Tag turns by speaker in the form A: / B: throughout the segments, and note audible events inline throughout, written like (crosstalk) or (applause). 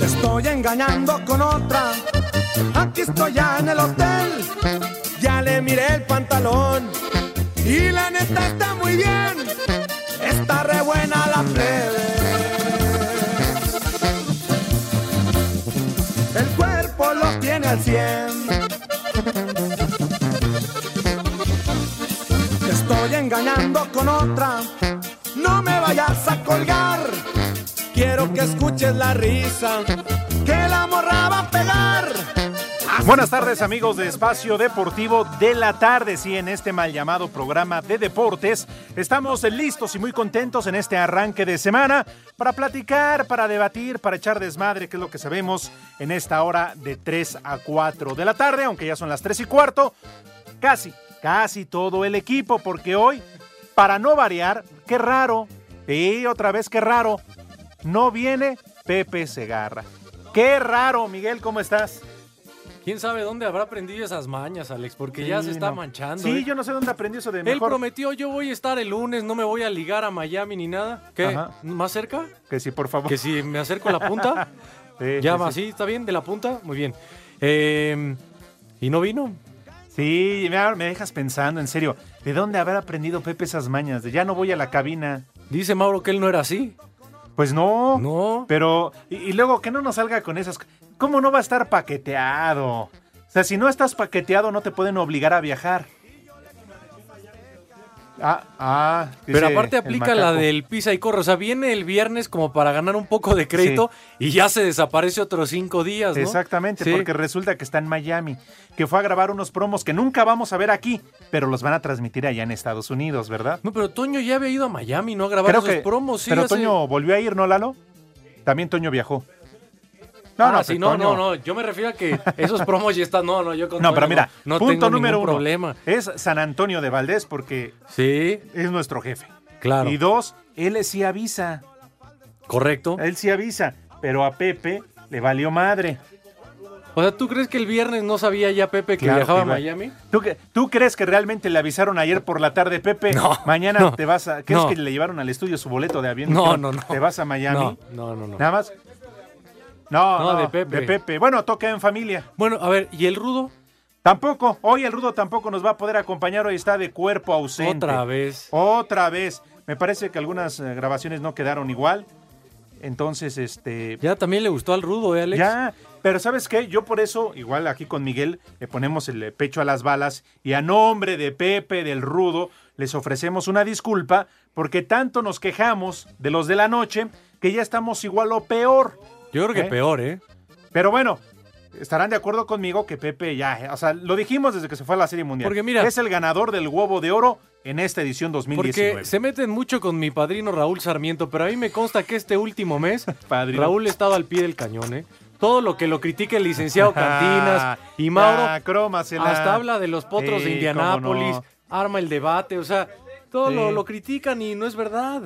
A: Te estoy engañando con otra. Aquí estoy ya en el hotel. Ya le miré el pantalón. Y la neta está muy bien. Está re buena la plebe. El cuerpo lo tiene al cien. Te estoy engañando con otra. No me vayas a colgar. Quiero que escuches la risa que la morra va a pegar.
B: Buenas tardes, amigos de Espacio Deportivo de la Tarde. Sí, en este mal llamado programa de deportes, estamos listos y muy contentos en este arranque de semana para platicar, para debatir, para echar desmadre, que es lo que sabemos en esta hora de 3 a 4 de la tarde, aunque ya son las 3 y cuarto. Casi, casi todo el equipo, porque hoy, para no variar, qué raro, y otra vez qué raro, no viene Pepe Segarra. Qué raro, Miguel, ¿cómo estás?
C: ¿Quién sabe dónde habrá aprendido esas mañas, Alex? Porque ya se
B: Sí,
C: está
B: no.
C: manchando.
B: Sí,
C: ¿eh?
B: yo no sé dónde aprendí eso de
C: Él
B: mejor.
C: prometió, yo voy a estar el lunes, no me voy a ligar a Miami ni nada. ¿Qué?
B: Ajá.
C: ¿Más cerca?
B: Que sí, por favor.
C: Que si me acerco a la punta.
B: (laughs) Sí,
C: ya
B: sí,
C: va,
B: sí.
C: sí, está bien, de la punta, muy bien. Eh, y no vino.
B: Sí, me, me dejas pensando, en serio. ¿De dónde habrá aprendido Pepe esas mañas? De ya no voy a la cabina.
C: Dice Mauro que él no era así.
B: Pues no.
C: No.
B: Pero, y, y luego que no nos salga con esas. c- ¿Cómo no va a estar paqueteado? O sea, si no estás paqueteado, no te pueden obligar a viajar. Ah, ah.
C: Pero
B: dice
C: aparte
B: el
C: aplica la
B: macaco.
C: del pisa y corre. O sea, viene el viernes como para ganar un poco de crédito y ya se desaparece otros cinco días, ¿no?
B: Exactamente,
C: Sí.
B: porque resulta que está en Miami, que fue a grabar unos promos que nunca vamos a ver aquí, pero los van a transmitir allá en Estados Unidos, ¿verdad?
C: No, pero Toño ya había ido a Miami, ¿no? A grabar
B: Creo
C: sus
B: que.
C: promos. sí,
B: pero
C: hace-
B: Toño volvió a ir, ¿no, Lalo? También Toño viajó.
C: No, no, Ah, sí,
B: pues,
C: no,
B: Toño-
C: no, no. Yo me refiero a que esos promos ya están. No, no, yo con
B: No,
C: Toño
B: pero mira,
C: no, no
B: punto
C: tengo
B: número
C: ningún
B: uno.
C: problema.
B: Es San Antonio de Valdés porque
C: Sí,
B: es nuestro jefe.
C: claro.
B: Y dos, él sí avisa.
C: Correcto.
B: Él sí avisa, pero a Pepe le valió madre.
C: O sea, ¿tú crees que el viernes no sabía ya Pepe que
B: Claro
C: viajaba a
B: que va.
C: Miami?
B: ¿Tú, cre- ¿Tú crees que realmente le avisaron ayer por la tarde, Pepe?
C: No,
B: Mañana
C: no,
B: te vas a. ¿Crees
C: no.
B: que le llevaron al estudio su boleto de avión?
C: No,
B: Dijeron,
C: no, no.
B: ¿Te vas a Miami?
C: No, no, no. no.
B: Nada más. No,
C: No,
B: no,
C: de Pepe.
B: De Pepe. Bueno, toca en familia.
C: Bueno, a ver, ¿y el rudo?
B: Tampoco, hoy el Rudo tampoco nos va a poder acompañar, hoy está de cuerpo ausente.
C: Otra vez.
B: Otra vez. Me parece que algunas eh, grabaciones no quedaron igual. Entonces, este...
C: Ya también le gustó al rudo, ¿eh, Alex?
B: Ya, pero ¿sabes qué? Yo por eso, igual aquí con Miguel, le ponemos el eh, pecho a las balas y a nombre de Pepe, del Rudo, les ofrecemos una disculpa porque tanto nos quejamos de los de la noche que ya estamos igual o peor.
C: Yo creo que
B: ¿Eh?
C: peor, ¿eh?
B: Pero bueno, estarán de acuerdo conmigo que Pepe ya, eh, o sea, lo dijimos desde que se fue a la Serie Mundial.
C: Porque mira-
B: es el ganador del huevo de oro en esta edición
C: Porque
B: 2019.
C: se meten mucho con mi padrino Raúl Sarmiento, pero a mí me consta que este último mes
B: (laughs) Padrino.
C: Raúl ha estado al pie del cañón, ¿eh? Todo lo que lo critique el licenciado
B: (laughs)
C: Cantinas y Mauro,
B: Ah, crómasela.
C: hasta habla de los potros de
B: Sí, cómo no.
C: Indianápolis, arma el debate, o sea, Todo
B: Sí.
C: lo, lo critican y no es verdad.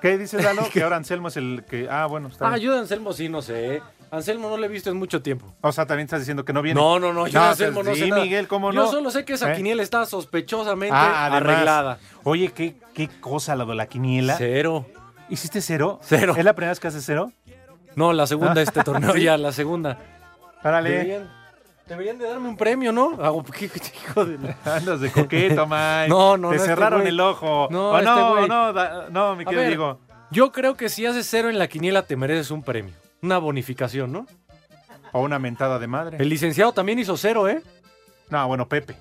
B: ¿Qué dices,
C: (laughs)
B: Lalo? que ahora Anselmo es el que. Ah, bueno, está.
C: Ah,
B: bien.
C: yo de Anselmo sí, no sé. Anselmo no lo he visto en mucho tiempo.
B: O sea, también estás diciendo que no viene.
C: No, no, no, yo de Anselmo no
B: sí,
C: sé nada.
B: Miguel, ¿cómo
C: Yo
B: no?
C: solo sé que esa
B: ¿Eh?
C: quiniela está sospechosamente
B: Ah, además.
C: arreglada.
B: Oye, ¿qué, qué cosa la de la quiniela.
C: Cero.
B: ¿Hiciste cero?
C: Cero.
B: ¿Es la primera vez que haces cero? Ah,
C: No, la segunda este
B: (laughs)
C: torneo ya, la segunda.
B: Árale.
C: Deberían, deberían de darme un premio, ¿no? Ah, (laughs) ¿qué- qué hijo de la-
B: (laughs) Andas de coqueto, Mike.
C: No, no,
B: Te
C: no, este
B: cerraron
C: güey.
B: el ojo.
C: No,
B: Oh,
C: este
B: no,
C: güey.
B: no, da- no, mi
C: A
B: querido
C: ver,
B: Diego.
C: Yo creo que si haces cero en la quiniela te mereces un premio. Una bonificación, ¿no?
B: O una mentada de madre.
C: El licenciado también hizo cero, ¿eh?
B: No, Ah, bueno, Pepe.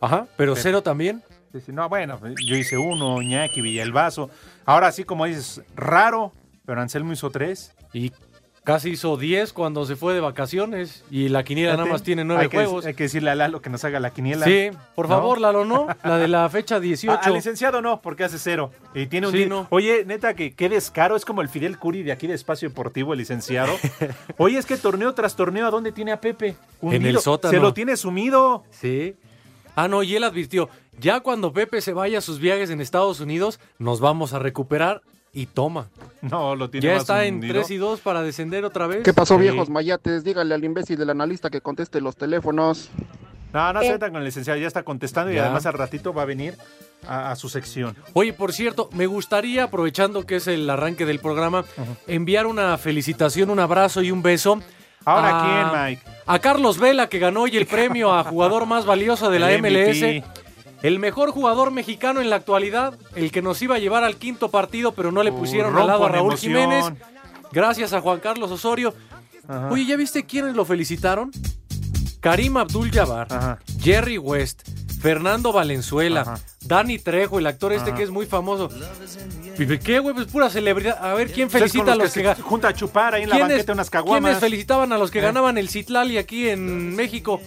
C: Ajá, pero
B: Sí.
C: cero también.
B: Sí, sí, No, bueno, yo hice uno, Ñaki, Villalbazo. Ahora sí, como dices, raro, pero Anselmo hizo tres.
C: Y casi hizo 10 cuando se fue de vacaciones. Y la quiniela nada
B: Fíjate,
C: más tiene 9
B: hay que-
C: juegos.
B: hay que decirle a Lalo que nos haga la quiniela.
C: Sí, por
B: ¿No?
C: favor,
B: (laughs)
C: Lalo, ¿no? La de la fecha
B: A-
C: 18.
B: Ah, Al licenciado no, porque hace cero. Y tiene un
C: Sí,
B: di-
C: no.
B: Oye, neta, que qué descaro. Es como el Fidel Curi de aquí de Espacio Deportivo, el
C: (laughs)
B: licenciado. Oye, es que torneo tras torneo, ¿a dónde tiene a Pepe?
C: En el sótano.
B: Se lo tiene sumido.
C: Sí. Ah, no, y él advirtió, ya cuando Pepe se vaya a sus viajes en Estados Unidos, nos vamos a recuperar y toma.
B: No, lo tiene
C: Ya
B: más
C: está en
B: hundido.
C: 3 y 2 para descender otra vez.
D: ¿Qué pasó,
B: Sí.
D: viejos mayates? Dígale al imbécil del analista que conteste los teléfonos.
B: No, no se metan con el licenciado, ya está contestando y
C: Ya.
B: además al ratito va a venir a, a su sección.
C: Oye, por cierto, me gustaría, aprovechando que es el arranque del programa, enviar una felicitación, un abrazo y un beso.
B: ¿Ahora quién, Mike?
C: A Carlos Vela, que
B: (laughs)
C: ganó hoy el premio a jugador más valioso de la
B: El
C: MLS.
B: MVP.
C: El mejor jugador mexicano en la actualidad, el que nos iba a llevar al quinto partido, pero no le
B: Uh,
C: pusieron
B: rompo
C: al lado a
B: en
C: Raúl
B: emoción.
C: Jiménez. Gracias a Juan Carlos Osorio.
B: Ajá.
C: Oye, ¿ya viste quiénes lo felicitaron? Karim Abdul Jabbar,
B: Ajá.
C: Jerry West, Fernando Valenzuela,
B: Ajá.
C: Dani Trejo, el actor este que es muy famoso. Pipe, ¿Qué, güey? Pues pura celebridad. A ver, ¿quién
B: Ustedes con
C: felicita a los que,
B: se
C: ga-
B: junta a chupar ahí en la
C: ¿Quiénes-
B: banqueta unas
C: ¿Quiénes
B: caguamas.
C: felicitaban a los que
B: ¿Eh?
C: ganaban el Citlali aquí en México?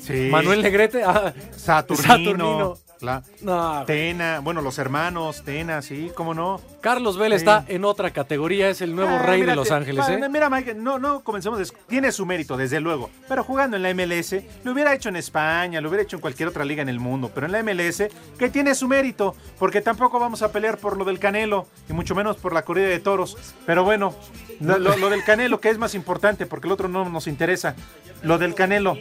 B: Sí.
C: Manuel Negrete. Ah,
B: Saturnino.
C: Saturnino.
B: la-
C: no,
B: Tena, bueno, los hermanos, Tena, sí, cómo no.
C: Carlos Vela
B: Sí.
C: está en otra categoría, es el nuevo
B: Ah,
C: rey
B: mira,
C: de Los
B: te-
C: Ángeles,
B: pa-
C: ¿eh?
B: Mira, Mike, no, no, comencemos. des- Tiene su mérito, desde luego. Pero jugando en la MLS, lo hubiera hecho en España, lo hubiera hecho en cualquier otra liga en el mundo. Pero en la MLS, que tiene su mérito, porque tampoco vamos a pelear por lo del Canelo, y mucho menos por la corrida de toros. Pero bueno, lo, lo- lo del Canelo, que es más importante, porque el otro no nos interesa. Lo del Canelo,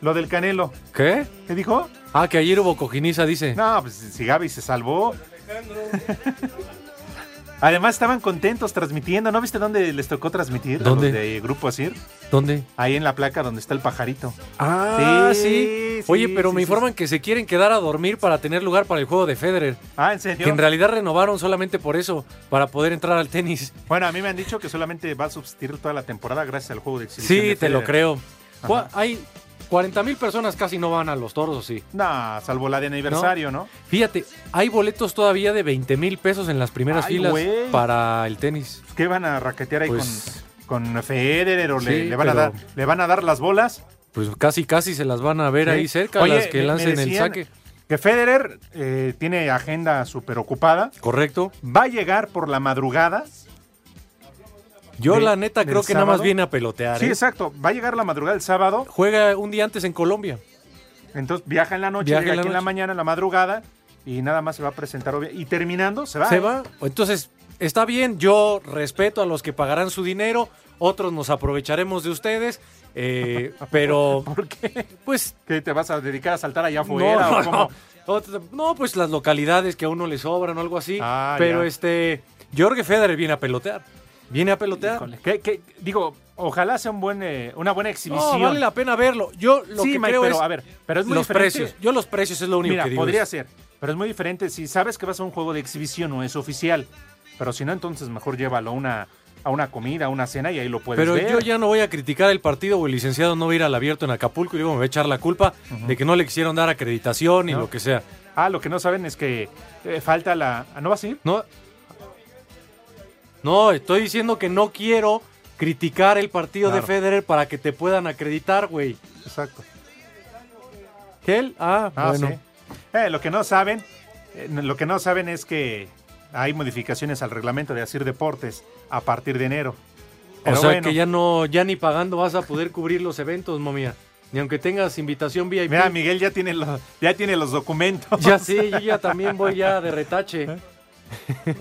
B: lo del Canelo.
C: ¿Qué?
B: ¿Qué dijo?
C: Ah, que ayer hubo cojiniza, dice.
B: No, pues si Gaby se salvó. Además estaban contentos transmitiendo. ¿No viste dónde les tocó transmitir? a los
C: ¿Dónde?
B: de Grupo Asir.
C: ¿Dónde?
B: Ahí en la placa donde está el pajarito.
C: Ah, sí.
B: sí,
C: Oye,
B: sí,
C: pero
B: sí,
C: me
B: sí.
C: informan que se quieren quedar a dormir para tener lugar para el juego de Federer.
B: Ah, ¿en serio?
C: Que en realidad renovaron solamente por eso, para poder entrar al tenis.
B: Bueno, a mí me han dicho que solamente va a subsistir toda la temporada gracias al juego de exhibición.
C: Sí,
B: de
C: te lo
B: Federer.
C: creo. Cu- Hay 40 mil personas casi no van a los toros, ¿o sí?
B: No, salvo la de aniversario, ¿no?
C: Fíjate, hay boletos todavía de 20 mil pesos en las primeras
B: Ay,
C: filas
B: güey.
C: para el tenis.
B: ¿Qué van a raquetear ahí
C: Pues-
B: con, con Federer o le,
C: Sí,
B: le van a
C: pero-
B: dar, le van a dar las bolas?
C: Pues casi, casi se las van a ver
B: Sí.
C: ahí cerca,
B: Oye,
C: las que
B: me- me
C: lancen el
B: decían
C: saque.
B: Que Federer eh, tiene agenda súper ocupada.
C: Correcto.
B: Va a llegar por la madrugada.
C: Yo
B: De-
C: la neta
B: del
C: creo que nada más
B: sábado.
C: viene a pelotear.
B: Sí,
C: ¿eh?
B: exacto. Va a llegar la madrugada el sábado.
C: Juega un día antes en Colombia.
B: Entonces viaja en la noche,
C: Viaja
B: llega
C: en la
B: aquí en la
C: noche.
B: mañana, en la madrugada. Y nada más se va a presentar. obvia- Y terminando, se va.
C: Se
B: ¿eh?
C: va. Entonces, está bien, yo respeto a los que pagarán su dinero, otros nos aprovecharemos de ustedes,
B: (laughs)
C: eh, pero...
B: ¿Por qué?
C: Pues
B: ¿Que te vas a dedicar a saltar allá
C: no,
B: afuera? o
C: (laughs) no,
B: cómo?
C: no. Otra- no, pues las localidades que a uno le sobran o algo así.
B: Ah,
C: pero
B: ya.
C: este, Jorge Federer viene a pelotear. Viene a pelotear.
B: Híjole, que- que- digo, ojalá sea un buen, eh, una buena
C: No,
B: exhibición.
C: vale la pena verlo. Yo lo
B: Sí,
C: que
B: Mike,
C: creo
B: pero,
C: es
B: a ver, pero es muy
C: los
B: diferente.
C: precios. Yo los precios es lo único
B: Mira,
C: que digo.
B: podría
C: es-
B: ser, pero es muy diferente. Si sabes que vas a un juego de exhibición no es oficial, pero si no, entonces mejor llévalo a una, a una comida, a una cena y ahí lo puedes
C: Pero
B: ver.
C: yo ya no voy a criticar el partido o el licenciado no va a ir al abierto en Acapulco y luego me va a echar la culpa de que no le quisieron dar acreditación y
B: No.
C: lo que sea.
B: Ah, lo que no saben es que eh, falta la... ¿Ah, ¿No vas a ir?
C: No, no, estoy diciendo que no quiero criticar el partido de
B: Claro.
C: Federer para que te puedan acreditar, güey.
B: Exacto.
C: ¿Gel? Ah,
B: Ah,
C: bueno.
B: sí. Eh, lo que no saben, eh, no- lo que no saben es que hay modificaciones al reglamento de hacer deportes a partir de enero.
C: O
B: Pero
C: sea
B: bueno.
C: que ya no, ya ni pagando vas a poder cubrir los eventos, momia. Ni aunque tengas invitación VIP.
B: Mira, Miguel ya tiene los, ya tiene los documentos. (laughs)
C: Ya sí, yo ya también voy ya de retache.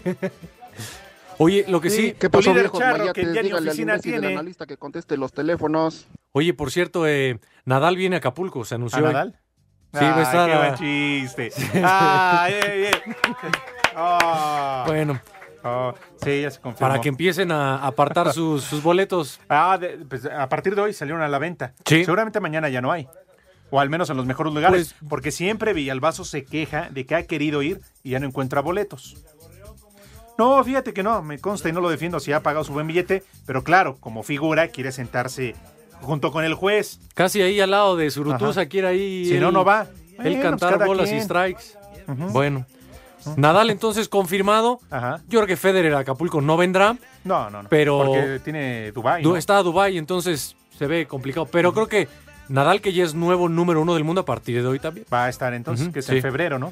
B: ¿Eh?
C: Oye, lo que sí,
D: ¿Qué
B: Tu
D: pasó,
B: líder
D: viejo?
B: Charro,
D: Mayates,
B: que ya ni
D: dígale al
B: oficina
D: imbécil del
B: tiene.
D: analista que conteste los teléfonos.
C: oye, por cierto, eh, Nadal viene a Acapulco, se anunció.
B: ¿A
C: hoy.
B: Nadal?
C: Sí, pues, va a
B: Ay,
C: estar
B: qué
C: a-
B: buen
C: (laughs)
B: chiste. Ay, eh, eh. Ah,
C: Bueno,
B: ah, sí, ya se confirmó.
C: para que empiecen a apartar sus, sus boletos.
B: Ah, de- pues, a partir de hoy salieron a la venta.
C: Sí.
B: Seguramente mañana ya no hay. O al menos en los mejores lugares.
C: Pues-
B: porque siempre Villalbazo se queja de que ha querido ir y ya no encuentra boletos. No, fíjate que no, me consta y no lo defiendo si ha pagado su buen billete, pero claro, como figura quiere sentarse junto con el juez.
C: Casi ahí al lado de Surutusa, quiere ahí.
B: Si no, no va. Bueno,
C: Él
B: pues
C: cantar
B: cada
C: bolas y
B: quien.
C: strikes. Bueno. Nadal entonces confirmado.
B: Ajá.
C: Jorge Federer a Acapulco no vendrá.
B: No, no, no.
C: Pero-
B: Porque tiene Dubái.
C: Du-
B: ¿no?
C: Está a Dubai, entonces se ve complicado. Pero creo que Nadal, que ya es nuevo número uno del mundo a partir de hoy también.
B: Va a estar entonces,
C: Ujú,
B: que es
C: sí.
B: en febrero, ¿no?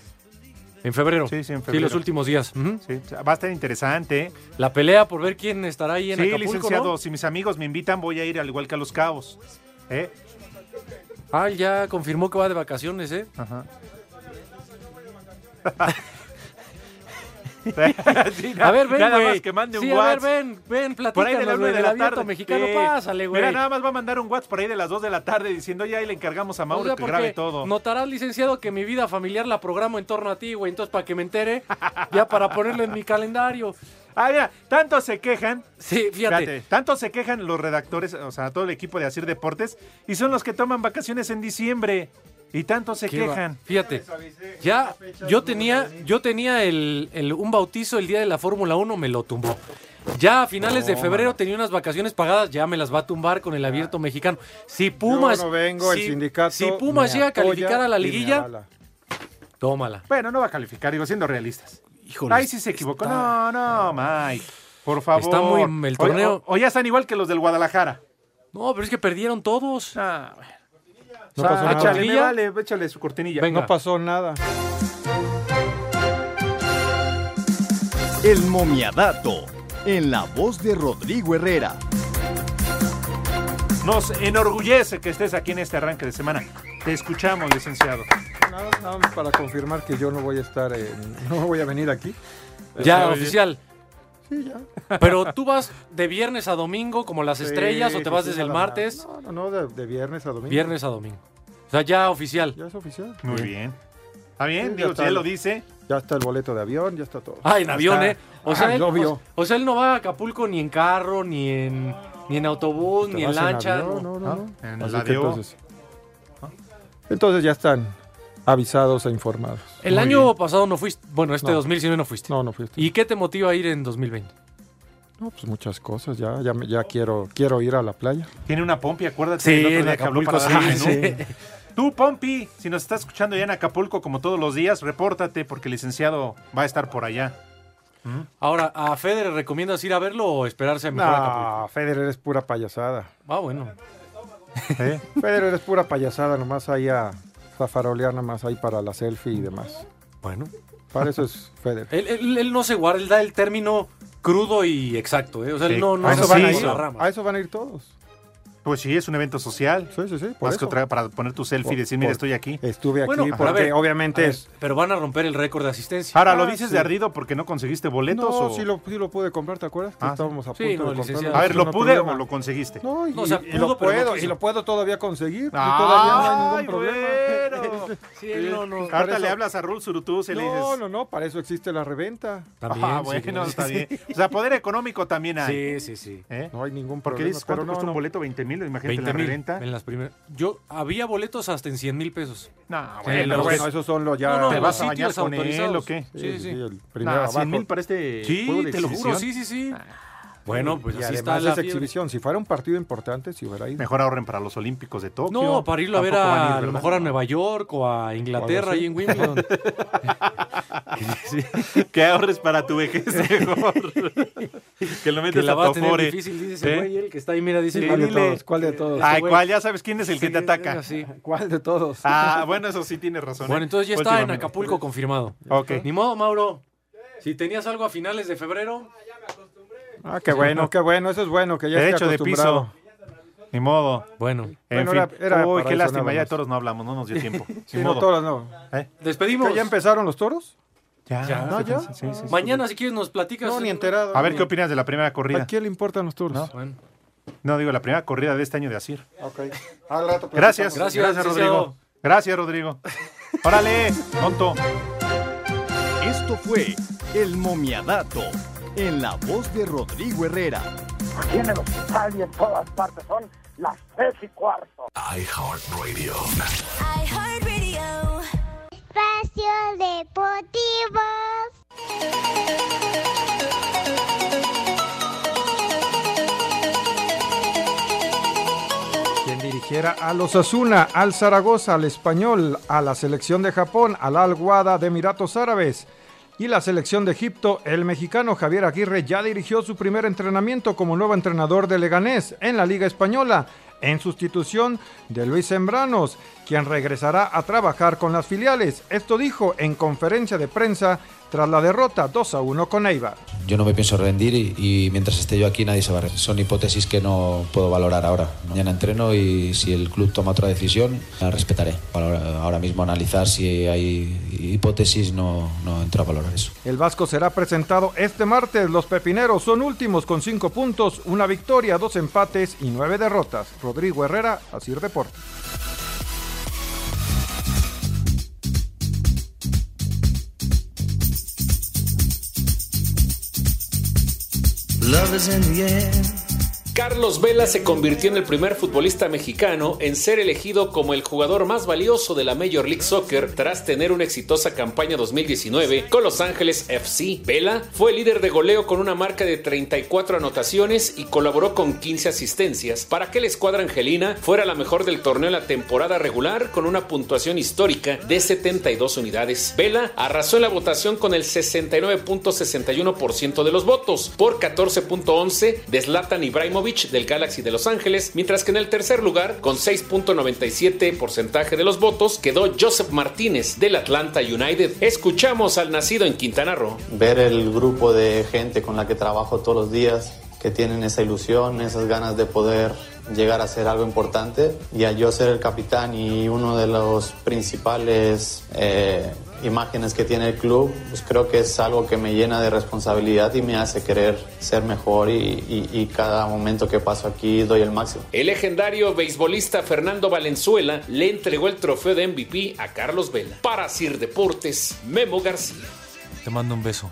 C: En febrero.
B: Sí, sí, en
C: los
B: febrero.
C: últimos días. Ujú.
B: Sí, va a estar interesante.
C: La pelea por ver quién estará ahí
B: Sí,
C: en Acapulco,
B: licenciado,
C: ¿no?
B: si mis amigos me invitan, voy a ir al igual que a Los Cabos. (laughs) ¿Eh?
C: Ah, ya confirmó que va de vacaciones, ¿eh?
B: Ajá. (laughs) Sí, na-
C: A ver, ven,
B: nada
C: güey.
B: más que mande un
C: sí, a
B: WhatsApp.
C: ver, ven, ven,
B: Por ahí de la
C: platícanos,
B: una
C: güey,
B: de
C: del
B: la
C: abierto
B: tarde.
C: mexicano.
B: Sí.
C: Pásale, güey.
B: Mira, nada más va a mandar un WhatsApp por ahí de las 2 de la tarde diciendo, ya ahí le encargamos a Mauro
C: O sea,
B: que grabe
C: porque
B: todo.
C: Notarás, licenciado, que mi vida familiar la programo en torno a ti, güey. Entonces, para que me entere, ya para ponerlo en mi calendario.
B: (laughs) Ah, mira, tanto se quejan.
C: Sí, fíjate.
B: Fíjate, tanto se quejan los redactores, o sea, todo el equipo de Asir Deportes, y son los que toman vacaciones en diciembre. Y tanto se
C: Qué va-
B: quejan.
C: Fíjate, ya yo tenía, yo tenía el, el- un bautizo el día de la Fórmula 1, me lo tumbó. Ya a finales de febrero tenía unas vacaciones pagadas, ya me las va a tumbar con el
B: Ah.
C: abierto mexicano. Si Pumas,
E: Yo no vengo, el
C: si-
E: sindicato
C: si Pumas
E: me
C: llega a
E: apoya
C: calificar a la
E: y me
C: liguilla,
E: avala.
C: tómala.
B: Bueno, no va a calificar, digo, siendo realistas.
C: Híjole,
B: Ahí sí se equivocó. No,
C: está-
B: no, Mike. Por favor.
C: Está muy- el
B: O- o-
C: torneo-
B: O, ya están igual que los del Guadalajara.
C: No, pero es que perdieron todos.
B: Ah, bueno.
E: No
B: Ah,
E: pasó nada.
B: échale,
C: ¿Cortinilla?
B: me vale, échale su cortinilla.
C: Venga.
E: No pasó nada.
F: El momiadato. En la voz de Rodrigo Herrera.
B: Nos enorgullece que estés aquí en este arranque de semana. Te escuchamos, licenciado.
E: Nada, nada más para confirmar que yo no voy a estar, en- (laughs) no voy a venir aquí. Este,
C: Ya, oficial. Pero tú vas de viernes a domingo como las estrellas
E: Sí,
C: o te
E: sí,
C: vas
E: sí,
C: desde el
E: nada más.
C: martes,
E: No, no, no, de, de viernes a domingo.
C: viernes a domingo. O sea, ya oficial.
E: Ya es oficial.
B: Muy bien. ¿Está bien?
E: Sí, ya
B: digo, si
E: está.
B: él lo dice.
E: Ya está el boleto de avión, ya está todo.
C: Ah, en avión,
E: está.
C: ¿eh? O sea,
E: Ah,
C: él,
E: obvio.
C: o- o sea, él no va a Acapulco ni en carro, ni en, ni en autobús,
E: Te
C: ni en
E: vas
C: lancha.
E: avión,
C: no.
E: No,
C: Ah.
E: no, no.
B: En
E: Así
B: la
E: que
B: de O.
E: entonces, entonces ya están avisados e informados.
C: El
B: Muy
C: año
B: bien.
C: pasado no fuiste. Bueno, este
E: No.
C: 2019 no fuiste.
E: No, no fui.
C: ¿Y qué te motiva a ir en 2020?
E: No, pues muchas cosas. Ya, ya, me- ya quiero, quiero ir a la playa.
B: Tiene una pompi, acuérdate.
C: Sí,
B: el otro
C: en
B: día que habló
C: Acapulco,
B: para darle
C: sí,
B: menú.
C: sí.
B: Tú, Pompi, si nos estás escuchando ya en Acapulco como todos los días, repórtate porque el licenciado va a estar por allá.
C: Ahora, ¿a Federer recomiendas ir a verlo o esperarse a mejor Acapulco?
E: No, Ah, Federer es pura payasada.
C: Ah, bueno.
E: Federer es pura payasada, nomás ahí a zafarolear, nomás ahí para la selfie y demás.
C: Bueno.
E: Para eso es
C: (laughs)
E: Federer.
C: Él, él- él no se guarda, él da el término crudo y exacto, ¿eh? O sea, él
B: Sí,
C: no, no
B: a
C: se
B: eso
C: va
B: van
C: a
B: a
C: ir
B: ir.
C: a ramas.
E: A eso van a ir todos.
B: Pues sí, es un evento social.
E: Sí, sí, sí. por
B: Más
E: eso.
B: que otra para poner tu selfie y
E: Por-
B: decir, mira,
E: por-
B: estoy aquí.
E: Estuve aquí
C: Bueno, a
E: porque
C: ver,
E: obviamente
C: a ver,
E: es...
C: Pero van a romper el récord de asistencia.
B: Ahora, ¿lo
E: Ah,
B: dices
E: sí.
B: de ardido porque no conseguiste boletos?
E: No,
B: o-
E: sí lo, sí lo pude comprar, ¿te acuerdas? Que
B: Ah, sí.
E: estábamos a
C: Sí,
E: punto
C: no,
E: de comprarlo.
C: licenciado.
B: A ver, ¿lo
E: No
B: pude
E: problema.
B: o lo conseguiste? Ah.
E: No, y,
C: No, o
E: y
C: sea, pudo,
E: lo
C: pero no
E: puedo,
C: quiso.
E: y lo puedo todavía conseguir. y
B: Ay,
E: todavía no hay ningún problema.
B: bueno.
C: Sí, él no, no.
B: Ahorita
E: eso-
B: le hablas a Rul Surutuz y le dices...
E: No, no, no, para eso existe la reventa.
C: También,
B: ah,
C: sí,
B: bueno,
C: sí,
B: está
C: sí.
B: bien. O sea, poder económico también hay.
C: Sí, sí, sí.
B: ¿eh?
E: No hay ningún
B: Porque
E: problema.
B: dices, ¿cuánto
E: pero no,
B: cuesta un
E: no.
B: boleto? ¿20 mil? Imagínate
C: 20
B: la
C: mil
B: reventa.
C: en las primeras. Yo había boletos hasta en 100 mil pesos.
B: No,
C: Sí,
E: Pero
C: los-
E: bueno, esos son los ya...
C: No, no,
B: ¿Te
C: los
B: vas a
C: sitios
B: bañar con él
C: autorizados.
B: o qué?
C: Sí, sí.
E: el primero
B: Nah,
E: abajo.
B: 100 mil
E: (laughs)
B: para este juego
C: Sí,
B: de
C: te lo juro,
B: exhibición.
C: sí, sí, sí. Bueno, pues
E: Ah. y
C: así está
E: además
C: la
E: es
C: fiebre.
E: exhibición. Si fuera un partido importante, si hubiera ido.
B: Mejor ahorren para los Olímpicos de Tokio.
C: No, para irlo a ver
B: Tampoco van
C: a,
B: ir,
C: a lo
B: ¿verdad?
C: mejor a Nueva York o a Inglaterra
E: así.
C: y
E: (laughs)
C: en Wimbledon. Sí,
B: Que ahorres para tu vejez mejor.
C: (laughs)
B: que lo
C: que
B: metes
C: la
B: a tu
C: va a tener
B: Afore.
C: difícil, dice ese
B: ¿Eh?
C: güey, el que está ahí, mira, dice.
B: Sí,
E: ¿Cuál de
B: dile.
E: todos? ¿Cuál de todos?
B: Ay,
C: güey.
B: ¿cuál? Ya sabes quién es el que
C: Sí,
B: te ataca.
C: así.
E: ¿Cuál de todos?
B: (laughs) Ah, bueno, eso sí tiene razón.
C: Bueno,
B: ¿eh?
C: entonces ya está en
B: Últimamente.
C: Acapulco confirmado.
B: Ok.
C: Ni modo, Mauro. Si tenías algo a finales de febrero,
E: Ah, qué bueno, qué bueno. Eso es bueno, que ya esté
B: Derecho de
E: acostumbrado.
B: piso. Ni modo.
C: Bueno,
B: en
E: Bueno,
B: fin.
E: era- era
B: Uy,
E: para
B: qué
E: eso
B: lástima,
E: nada
B: ya de
E: más.
B: toros no hablamos, no nos dio tiempo. Ni
E: (laughs) Sí, no,
B: modo.
E: toros no.
B: ¿Eh?
C: Despedimos.
E: ¿Que ¿Ya empezaron los toros?
B: Ya,
C: Ya.
B: no, ya.
C: Mañana, si quieres, nos platicas.
E: No, ni enterado.
B: A ver, ¿qué opinas de la primera corrida?
E: ¿A quién le importan los toros?
C: Bueno, Pues,
B: No, digo, la primera corrida de este año de Asir.
E: Ok. Al rato pues,
B: Gracias.
E: platicamos.
C: Gracias, licenciado.
B: Rodrigo. Gracias, Rodrigo. Órale, tonto.
F: Esto fue El Momiadato, en la voz de Rodrigo Herrera.
G: Aquí en el hospital y en todas partes son las tres y cuarto.
H: iHeartRadio.
I: Espacio Deportivo.
E: Quien dirigiera a los Asuna, al Zaragoza, al Español, a la selección de Japón, al Al Wada de Emiratos Árabes y la selección de Egipto, el mexicano Javier Aguirre ya dirigió su primer entrenamiento como nuevo entrenador de Leganés en la Liga Española, en sustitución de Luis Sembranos, quien regresará a trabajar con las filiales. Esto dijo en conferencia de prensa tras la derrota 2 a 1 con Eibar.
J: Yo no me pienso rendir y, y mientras esté yo aquí nadie se va a rendir. Son hipótesis que no puedo valorar ahora. Mañana entreno y si el club toma otra decisión, la respetaré. Ahora, ahora mismo analizar si hay hipótesis no, no entro a valorar eso.
E: El Vasco será presentado este martes. Los pepineros son últimos con cinco puntos, una victoria, dos empates y nueve derrotas. Rodrigo Herrera, Asir Deportes.
K: Carlos Vela se convirtió en el primer futbolista mexicano en ser elegido como el jugador más valioso de la Major League Soccer tras tener una exitosa campaña 2019 con Los Ángeles FC. Vela fue líder de goleo con una marca de 34 anotaciones y colaboró con 15 asistencias para que la escuadra angelina fuera la mejor del torneo en la temporada regular con una puntuación histórica de 72 unidades. Vela arrasó en la votación con el 69.61% de los votos por 14.11 de Zlatan Ibrahimovic del Galaxy de Los Ángeles, mientras que en el tercer lugar, con 6.97 porcentaje de los votos, quedó Joseph Martínez del Atlanta United. Escuchamos al nacido en Quintana Roo.
L: ver el grupo de gente con la que trabajo todos los días, que tienen esa ilusión, esas ganas de poder llegar a hacer algo importante. Y al yo ser el capitán y uno de los principales eh, imágenes que tiene el club, pues creo que es algo que me llena de responsabilidad y me hace querer ser mejor y- y- y cada momento que paso aquí doy el máximo.
K: El legendario beisbolista Fernando Valenzuela le entregó el trofeo de MVP a Carlos Vela. Para Sir Deportes, Memo García.
C: te mando un beso.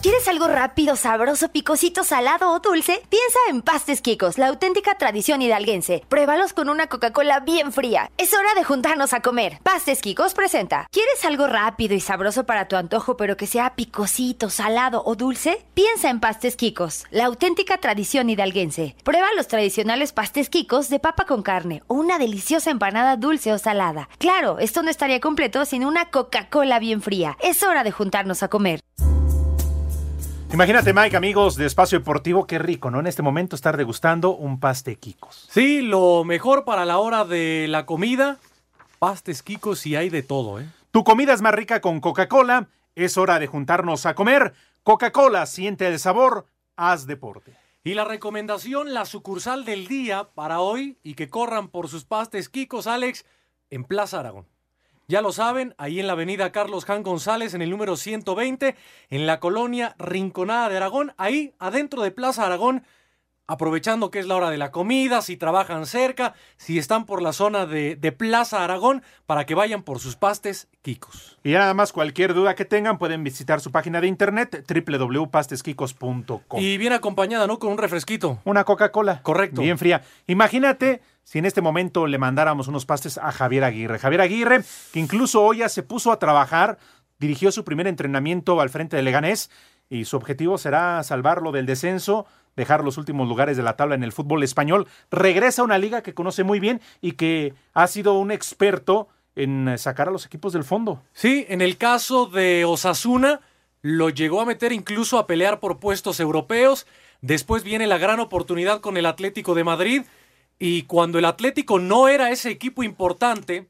M: ¿Quieres algo rápido, sabroso, picosito, salado o dulce? Piensa en Pastes Quicos, la auténtica tradición hidalguense. Pruébalos con una Coca-Cola bien fría. Es hora de juntarnos a comer. Pastes Quicos presenta. ¿Quieres algo rápido y sabroso para tu antojo, pero que sea picosito, salado o dulce? Piensa en Pastes Quicos, la auténtica tradición hidalguense. Prueba los tradicionales pastes Quicos de papa con carne o una deliciosa empanada dulce o salada. Claro, esto no estaría completo sin una Coca-Cola bien fría. Es hora de juntarnos a comer.
B: Imagínate, Mike, amigos de Espacio Deportivo, qué rico, ¿no? En este momento estar degustando un paste Kikos.
C: Sí, lo mejor para la hora de la comida, pastes quicos y hay de todo, ¿eh?
B: Tu comida es más rica con Coca-Cola. Es hora de juntarnos a comer. Coca-Cola, siente el sabor, haz deporte.
C: Y la recomendación, la sucursal del día para hoy y que corran por sus pastes Quicos, Alex, en Plaza Aragón. Ya lo saben, ahí en la avenida Carlos Jan González, en el número 120, en la colonia Rinconada de Aragón, ahí adentro de Plaza Aragón, aprovechando que es la hora de la comida, si trabajan cerca, si están por la zona de, de Plaza Aragón, para que vayan por sus pastes Quicos.
B: Y ya nada más, cualquier duda que tengan, pueden visitar su página de internet www.pastesquicos.com.
C: Y bien acompañada, ¿no? Con un refresquito.
B: Una Coca-Cola.
C: Correcto.
B: Bien fría. Imagínate si en este momento le mandáramos unos pastes a Javier Aguirre. Javier Aguirre, que incluso hoy ya se puso a trabajar, dirigió su primer entrenamiento al frente de Leganés y su objetivo será salvarlo del descenso, dejar los últimos lugares de la tabla en el fútbol español. Regresa a una liga que conoce muy bien y que ha sido un experto en eh, sacar a los equipos del fondo.
C: Sí, en el caso de Osasuna, lo llegó a meter incluso a pelear por puestos europeos. Después viene la gran oportunidad con el Atlético de Madrid. Y cuando el Atlético no era ese equipo importante,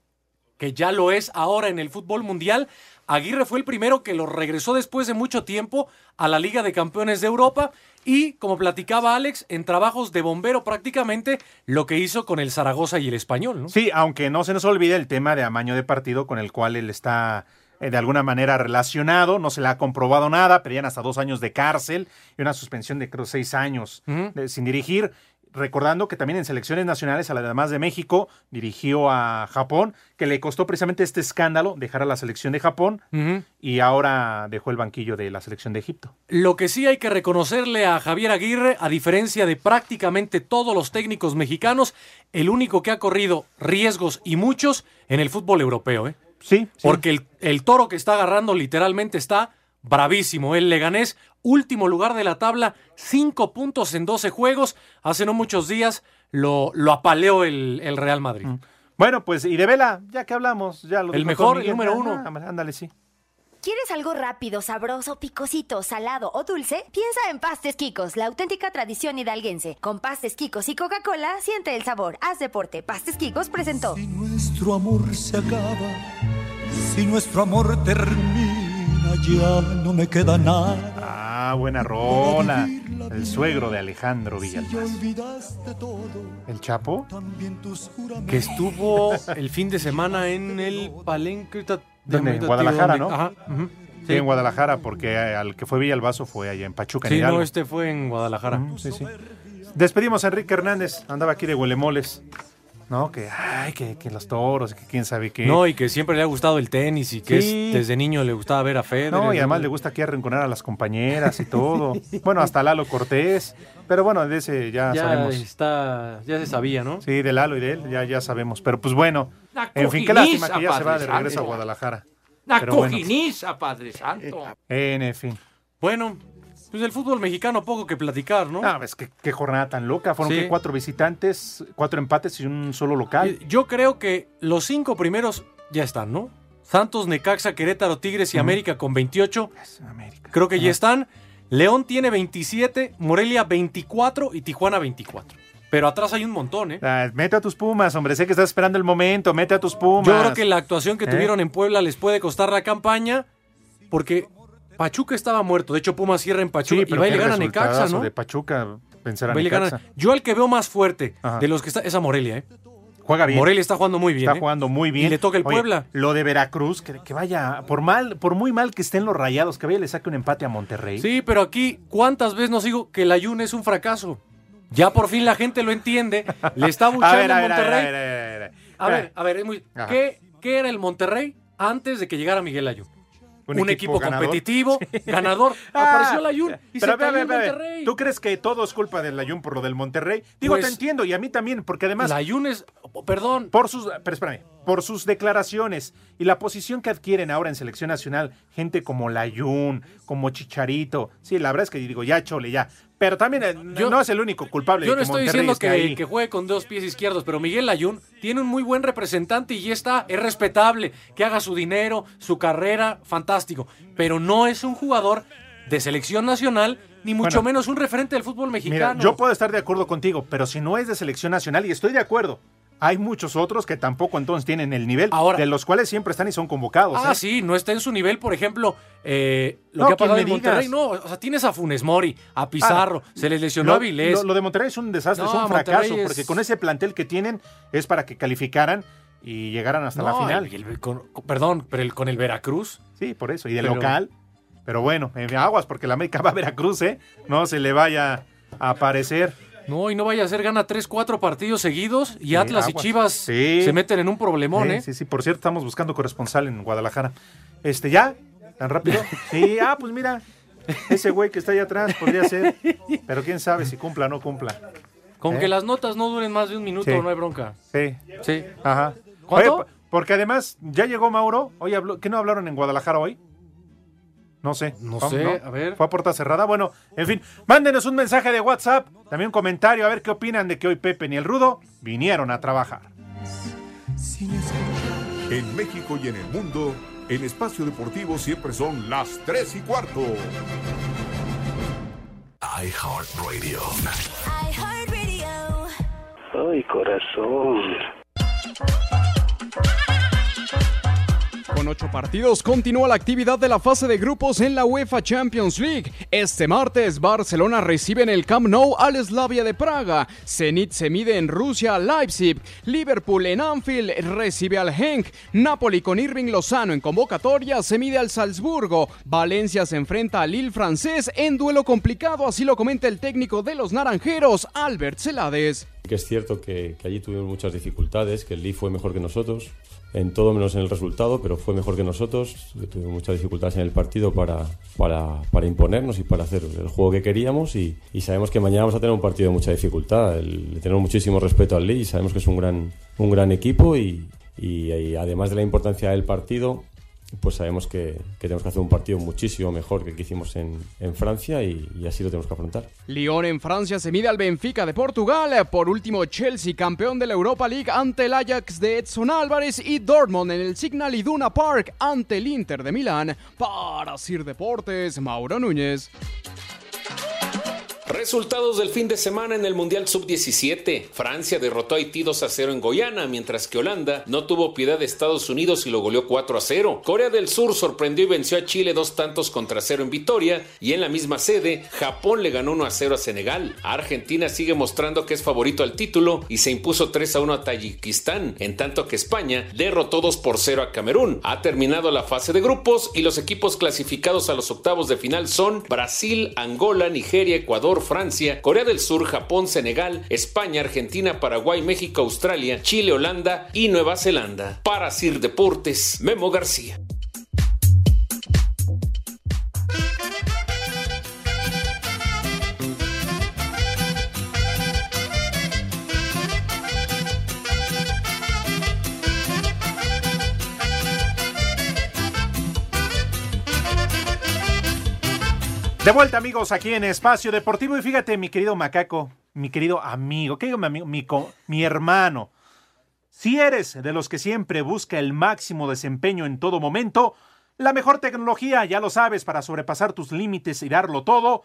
C: que ya lo es ahora en el fútbol mundial. Aguirre fue el primero que lo regresó después de mucho tiempo a la Liga de Campeones de Europa y, como platicaba Alex, en trabajos de bombero prácticamente lo que hizo con el Zaragoza y el Español. ¿no?
B: Sí, aunque no se nos olvide el tema de amaño de partido con el cual él está eh, de alguna manera relacionado, no se le ha comprobado nada, pedían hasta dos años de cárcel y una suspensión de creo seis años
C: Ujú.
B: de- sin dirigir. Recordando que también en selecciones nacionales, además de México, dirigió a Japón, que le costó precisamente este escándalo dejar a la selección de Japón y ahora dejó el banquillo de la selección de Egipto.
C: Lo que sí hay que reconocerle a Javier Aguirre, a diferencia de prácticamente todos los técnicos mexicanos, el único que ha corrido riesgos y muchos en el fútbol europeo. ¿eh?
B: Sí.
C: Porque el, el toro que está agarrando literalmente está bravísimo. El Leganés, último lugar de la tabla, cinco puntos en 12 juegos. Hace no muchos días lo, lo apaleó el, el Real Madrid.
B: Bueno, pues y de vela, ya que hablamos, ya lo
C: El
B: dijo
C: mejor,
B: Miguel,
C: el número
B: ah,
C: uno.
B: ah, Ándale, sí.
M: ¿Quieres algo rápido, sabroso, picosito, salado o dulce? Piensa en Pastes Quicos, la auténtica tradición hidalguense. Con Pastes Quicos y Coca-Cola, siente el sabor. Haz deporte. Pastes Quicos presentó.
N: nuestro amor se acaba, si nuestro amor termina, ya no me queda nada.
B: Ah, buena rola. El suegro de Alejandro Villalba.
N: Olvidaste todo,
B: ¿El Chapo?
N: también tus juramentos.
C: Que estuvo el fin de semana en el Palenque. ahorita-
B: ¿Dónde?
C: déjame
B: En
C: ahorita
B: Guadalajara,
C: digo
B: ¿no?
C: dónde. Ajá. ujú.
B: Sí,
C: Sí.
B: en Guadalajara, porque eh, al que fue Villalbazo fue allá en Pachuca, en
C: Sí,
B: Hidalgo.
C: no, este fue en Guadalajara.
B: Ujú, sí, sí. Despedimos a Enrique Hernández, andaba aquí de huelemoles. No, que, ay, que, que los toros, que quién sabe qué.
C: No, y que siempre le ha gustado el tenis y que
B: Sí.
C: es- desde niño le gustaba ver a Federer.
B: No, y además le gusta aquí arrinconar a las
C: (laughs)
B: compañeras y todo. bueno, hasta Lalo Cortés. Pero bueno, de ese ya,
C: Ya
B: sabemos.
C: está, ya se sabía, ¿no?
B: Sí, de Lalo y de él, ya, ya sabemos. Pero pues bueno,
O: La
B: en fin,
O: cojiniza,
B: qué lástima que ya se va de
O: padre
B: regreso a
O: santo.
B: Guadalajara.
O: La
B: Pero bueno, Eh, ah.
O: cojiniza, Padre Santo.
B: en fin.
C: Bueno, pues el fútbol mexicano poco que platicar, ¿no?
B: Ah, ves qué, qué jornada tan loca. Fueron
C: Sí.
B: ¿qué? cuatro visitantes, cuatro empates y un solo local.
C: Y Yo creo que los cinco primeros ya están, ¿no? Santos, Necaxa, Querétaro, Tigres y América con 28. Creo que ya están. León tiene 27, Morelia 24 y Tijuana 24. Pero atrás hay un montón, ¿eh?
B: Ah, mete a tus pumas, hombre. Sé que estás esperando el momento. Mete a tus pumas.
C: Yo creo que la actuación que
B: ¿Eh?
C: tuvieron en Puebla les puede costar la campaña porque Pachuca estaba muerto. De hecho, Pumas cierra en Pachuca
B: Sí,
C: y
B: pero
C: va y
B: qué
C: le gana a
B: resultadazo
C: Necaxa, ¿no?
B: de Pachuca. Pensar a
C: Va y le gana-
B: Necaxa.
C: Yo al que veo más fuerte
B: Ajá.
C: de los que está es a Morelia, ¿eh?
B: Juega bien.
C: Morelia está jugando muy bien.
B: Está
C: ¿eh?
B: jugando muy bien.
C: Y le toca el
B: Oye,
C: Puebla.
B: Lo de Veracruz, que, que vaya, por mal, por muy mal que estén los rayados, que vaya y le saque un empate a Monterrey.
C: Sí, pero aquí, ¿cuántas veces nos digo que el ayuno es un fracaso? Ya por fin la gente lo entiende. Le
B: (laughs)
C: está
B: A
C: buchando
B: ver, a
C: en
B: ver, a ver, a
C: Monterrey.
B: ver, a ver, a ver.
C: A ver, a ver, es muy.
B: Ajá.
C: ¿Qué, qué era el Monterrey antes de que llegara Miguel Ayun? Un,
B: Un
C: equipo,
B: equipo ganador. (laughs)
C: competitivo, ganador.
B: Ah,
C: Apareció el Ayun y
B: pero
C: se
B: a ver, a
C: cayó
B: ver,
C: el
B: a ver,
C: Monterrey.
B: ¿Tú crees que todo es culpa del Ayun por lo del Monterrey? Digo,
C: Pues-
B: te entiendo y a mí también, porque además.
C: El Ayun es. oh, Perdón.
B: Por sus, pero espérame, por sus declaraciones y la posición que adquieren ahora en selección nacional, gente como Layun, como Chicharito. Sí, la verdad es que digo, ya chole, ya. Pero también eh, no es el único culpable. de
C: Yo no
B: que
C: estoy
B: Monterrey
C: diciendo
B: esté
C: que,
B: ahí.
C: que juegue con dos pies izquierdos, pero Miguel Ayun tiene un muy buen representante y ya está, es respetable, que haga su dinero, su carrera, fantástico. Pero no es un jugador de selección nacional, ni mucho
B: Bueno.
C: menos un referente del fútbol mexicano.
B: Mira, yo puedo estar de acuerdo contigo, pero si no es de selección nacional, y estoy de acuerdo, hay muchos otros que tampoco entonces tienen el nivel, de los cuales siempre están y son convocados.
C: Ah,
B: ¿eh?
C: sí, no está en su nivel, por ejemplo, eh, lo
B: No,
C: que
B: ¿quién
C: ha pasado
B: me
C: en Monterrey.
B: digas?
C: No, o sea, tienes a Funes Mori, a Pizarro,
B: Ah,
C: se les lesionó
B: lo-
C: a Vilés.
B: Lo, lo de Monterrey es un desastre, es
C: No,
B: un fracaso,
C: Monterrey es-
B: porque con ese plantel que tienen es para que calificaran y llegaran hasta la
C: No,
B: final.
C: y el- con- con- perdón, pero el- con el Veracruz.
B: Sí, por eso, y del
C: Pero-
B: local. Pero bueno, en aguas, porque la América (laughs) va a Veracruz, ¿eh? No se le vaya a aparecer.
C: No, y no vaya a ser, gana 3, 4 partidos seguidos y
B: Sí,
C: Atlas
B: eh, aguas.
C: y Chivas
B: Sí.
C: se meten en un problemón,
B: Sí,
C: ¿eh?
B: Sí, sí, por cierto, estamos buscando corresponsal en Guadalajara. Este, ¿ya? ¿Tan
C: (laughs)
B: rápido? Sí, ah, pues mira, ese güey que está allá atrás podría ser, pero quién sabe si cumpla o no cumpla.
C: Con
B: ¿Eh?
C: que las notas no duren más de un minuto,
B: Sí.
C: no hay bronca.
B: Sí.
C: Sí.
B: Ajá.
C: ¿Cuánto?
B: Oye, po- porque además, ya llegó Mauro, hoy habló, ¿qué no hablaron en Guadalajara hoy? No sé. No
C: sé, a ver.
B: Fue a puerta cerrada. Bueno, en fin, mándenos un mensaje de WhatsApp, también un comentario, a ver qué opinan de que hoy Pepe ni el Rudo vinieron a trabajar.
P: En México y en el mundo, en espacio deportivo siempre son las 3 y cuarto. iHeartRadio.
Q: Ay, corazón.
O: Con ocho partidos continúa la actividad de la fase de grupos en la UEFA Champions League. Este martes, Barcelona recibe en el Camp Nou al Slavia de Praga. Zenit se mide en Rusia a Leipzig. Liverpool en Anfield recibe al Henk. Napoli con Irving Lozano en convocatoria se mide al Salzburgo. Valencia se enfrenta al Lille francés en duelo complicado, así lo comenta el técnico de los naranjeros, Albert Celades.
Q: Que es cierto que, que allí tuvimos muchas dificultades, que el Lee fue mejor que nosotros, en todo menos en el resultado, pero fue mejor que nosotros. que Tuvimos muchas dificultades en el partido para, para, para imponernos y para hacer el juego que queríamos y, y sabemos que mañana vamos a tener un partido de mucha dificultad. El- le tenemos muchísimo respeto al Lee y sabemos que es un gran, un gran equipo y, y- y además de la importancia del partido, pues sabemos que, que tenemos que hacer un partido muchísimo mejor que el que hicimos en, en Francia y- y así lo tenemos que afrontar.
O: Lyon en Francia se mide al Benfica de Portugal. Por último, Chelsea, campeón de la Europa League ante el Ajax de Edson Álvarez y Dortmund en el Signal Iduna Park ante el Inter de Milán. Para Sir Deportes, Mauro Núñez.
K: Resultados del fin de semana en el Mundial Sub-17. Francia derrotó a Haití 2 a 0 en Guyana, mientras que Holanda no tuvo piedad de Estados Unidos y lo goleó 4 a 0. Corea del Sur sorprendió y venció a Chile dos tantos contra cero en Vitoria y en la misma sede Japón le ganó 1 a 0 a Senegal. Argentina sigue mostrando que es favorito al título y se impuso 3 a 1 a Tayikistán, en tanto que España derrotó 2 por 0 a Camerún. Ha terminado la fase de grupos y los equipos clasificados a los octavos de final son Brasil, Angola, Nigeria, Ecuador, Francia, Corea del Sur, Japón, Senegal, España, Argentina, Paraguay, México, Australia, Chile, Holanda y Nueva Zelanda. Para Sir Deportes, Memo García.
B: De vuelta, amigos, aquí en Espacio Deportivo. Y fíjate, mi querido macaco, mi querido amigo, ¿qué digo mi amigo? Mi, co- mi hermano. Si eres de los que siempre busca el máximo desempeño en todo momento, la mejor tecnología, ya lo sabes, para sobrepasar tus límites y darlo todo,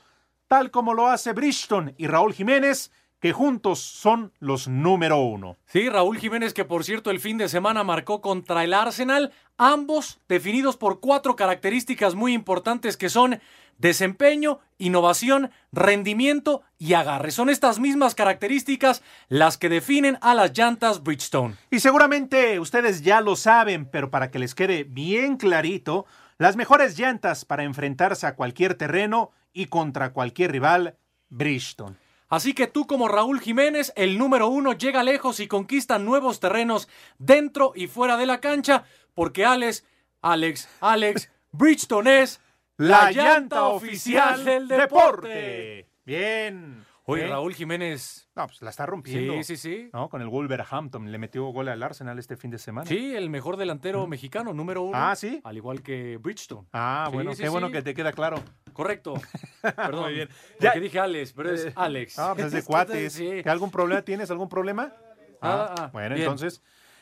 B: tal como lo hace Bridgestone y Raúl Jiménez, que juntos son los número uno.
C: Sí, Raúl Jiménez, que por cierto el fin de semana marcó contra el Arsenal, ambos definidos por cuatro características muy importantes que son desempeño, innovación, rendimiento y agarre. Son estas mismas características las que definen a las llantas Bridgestone.
B: Y seguramente ustedes ya lo saben, pero para que les quede bien clarito, las mejores llantas para enfrentarse a cualquier terreno y contra cualquier rival, Bridgestone.
C: Así que tú como Raúl Jiménez, el número uno, llega lejos y conquista nuevos terrenos dentro y fuera de la cancha, porque Alex, Alex,
B: (laughs)
C: Alex, Bridgestone es
B: La llanta oficial del deporte. Bien.
C: Oye,
B: ¿Eh?
C: Raúl Jiménez.
B: No, pues la está rompiendo.
C: Sí, sí, sí.
B: ¿No? Con el Wolverhampton. Le metió gol al Arsenal este fin de semana.
C: Sí, el mejor delantero mexicano, número uno.
B: Ah, ¿sí?
C: Al igual que Bridgestone.
B: Ah,
C: Sí,
B: bueno,
C: sí,
B: qué bueno
C: sí.
B: que te queda claro. (laughs)
C: Correcto. Perdón.
B: Muy bien.
C: Porque dije Alex, pero es
B: Eh,
C: Alex.
B: Ah,
C: (laughs)
B: pues es de cuates.
C: Sí.
B: ¿Que ¿Algún problema tienes? ¿Algún problema?
C: Nada, ah,
B: bueno,
C: bien.
B: entonces.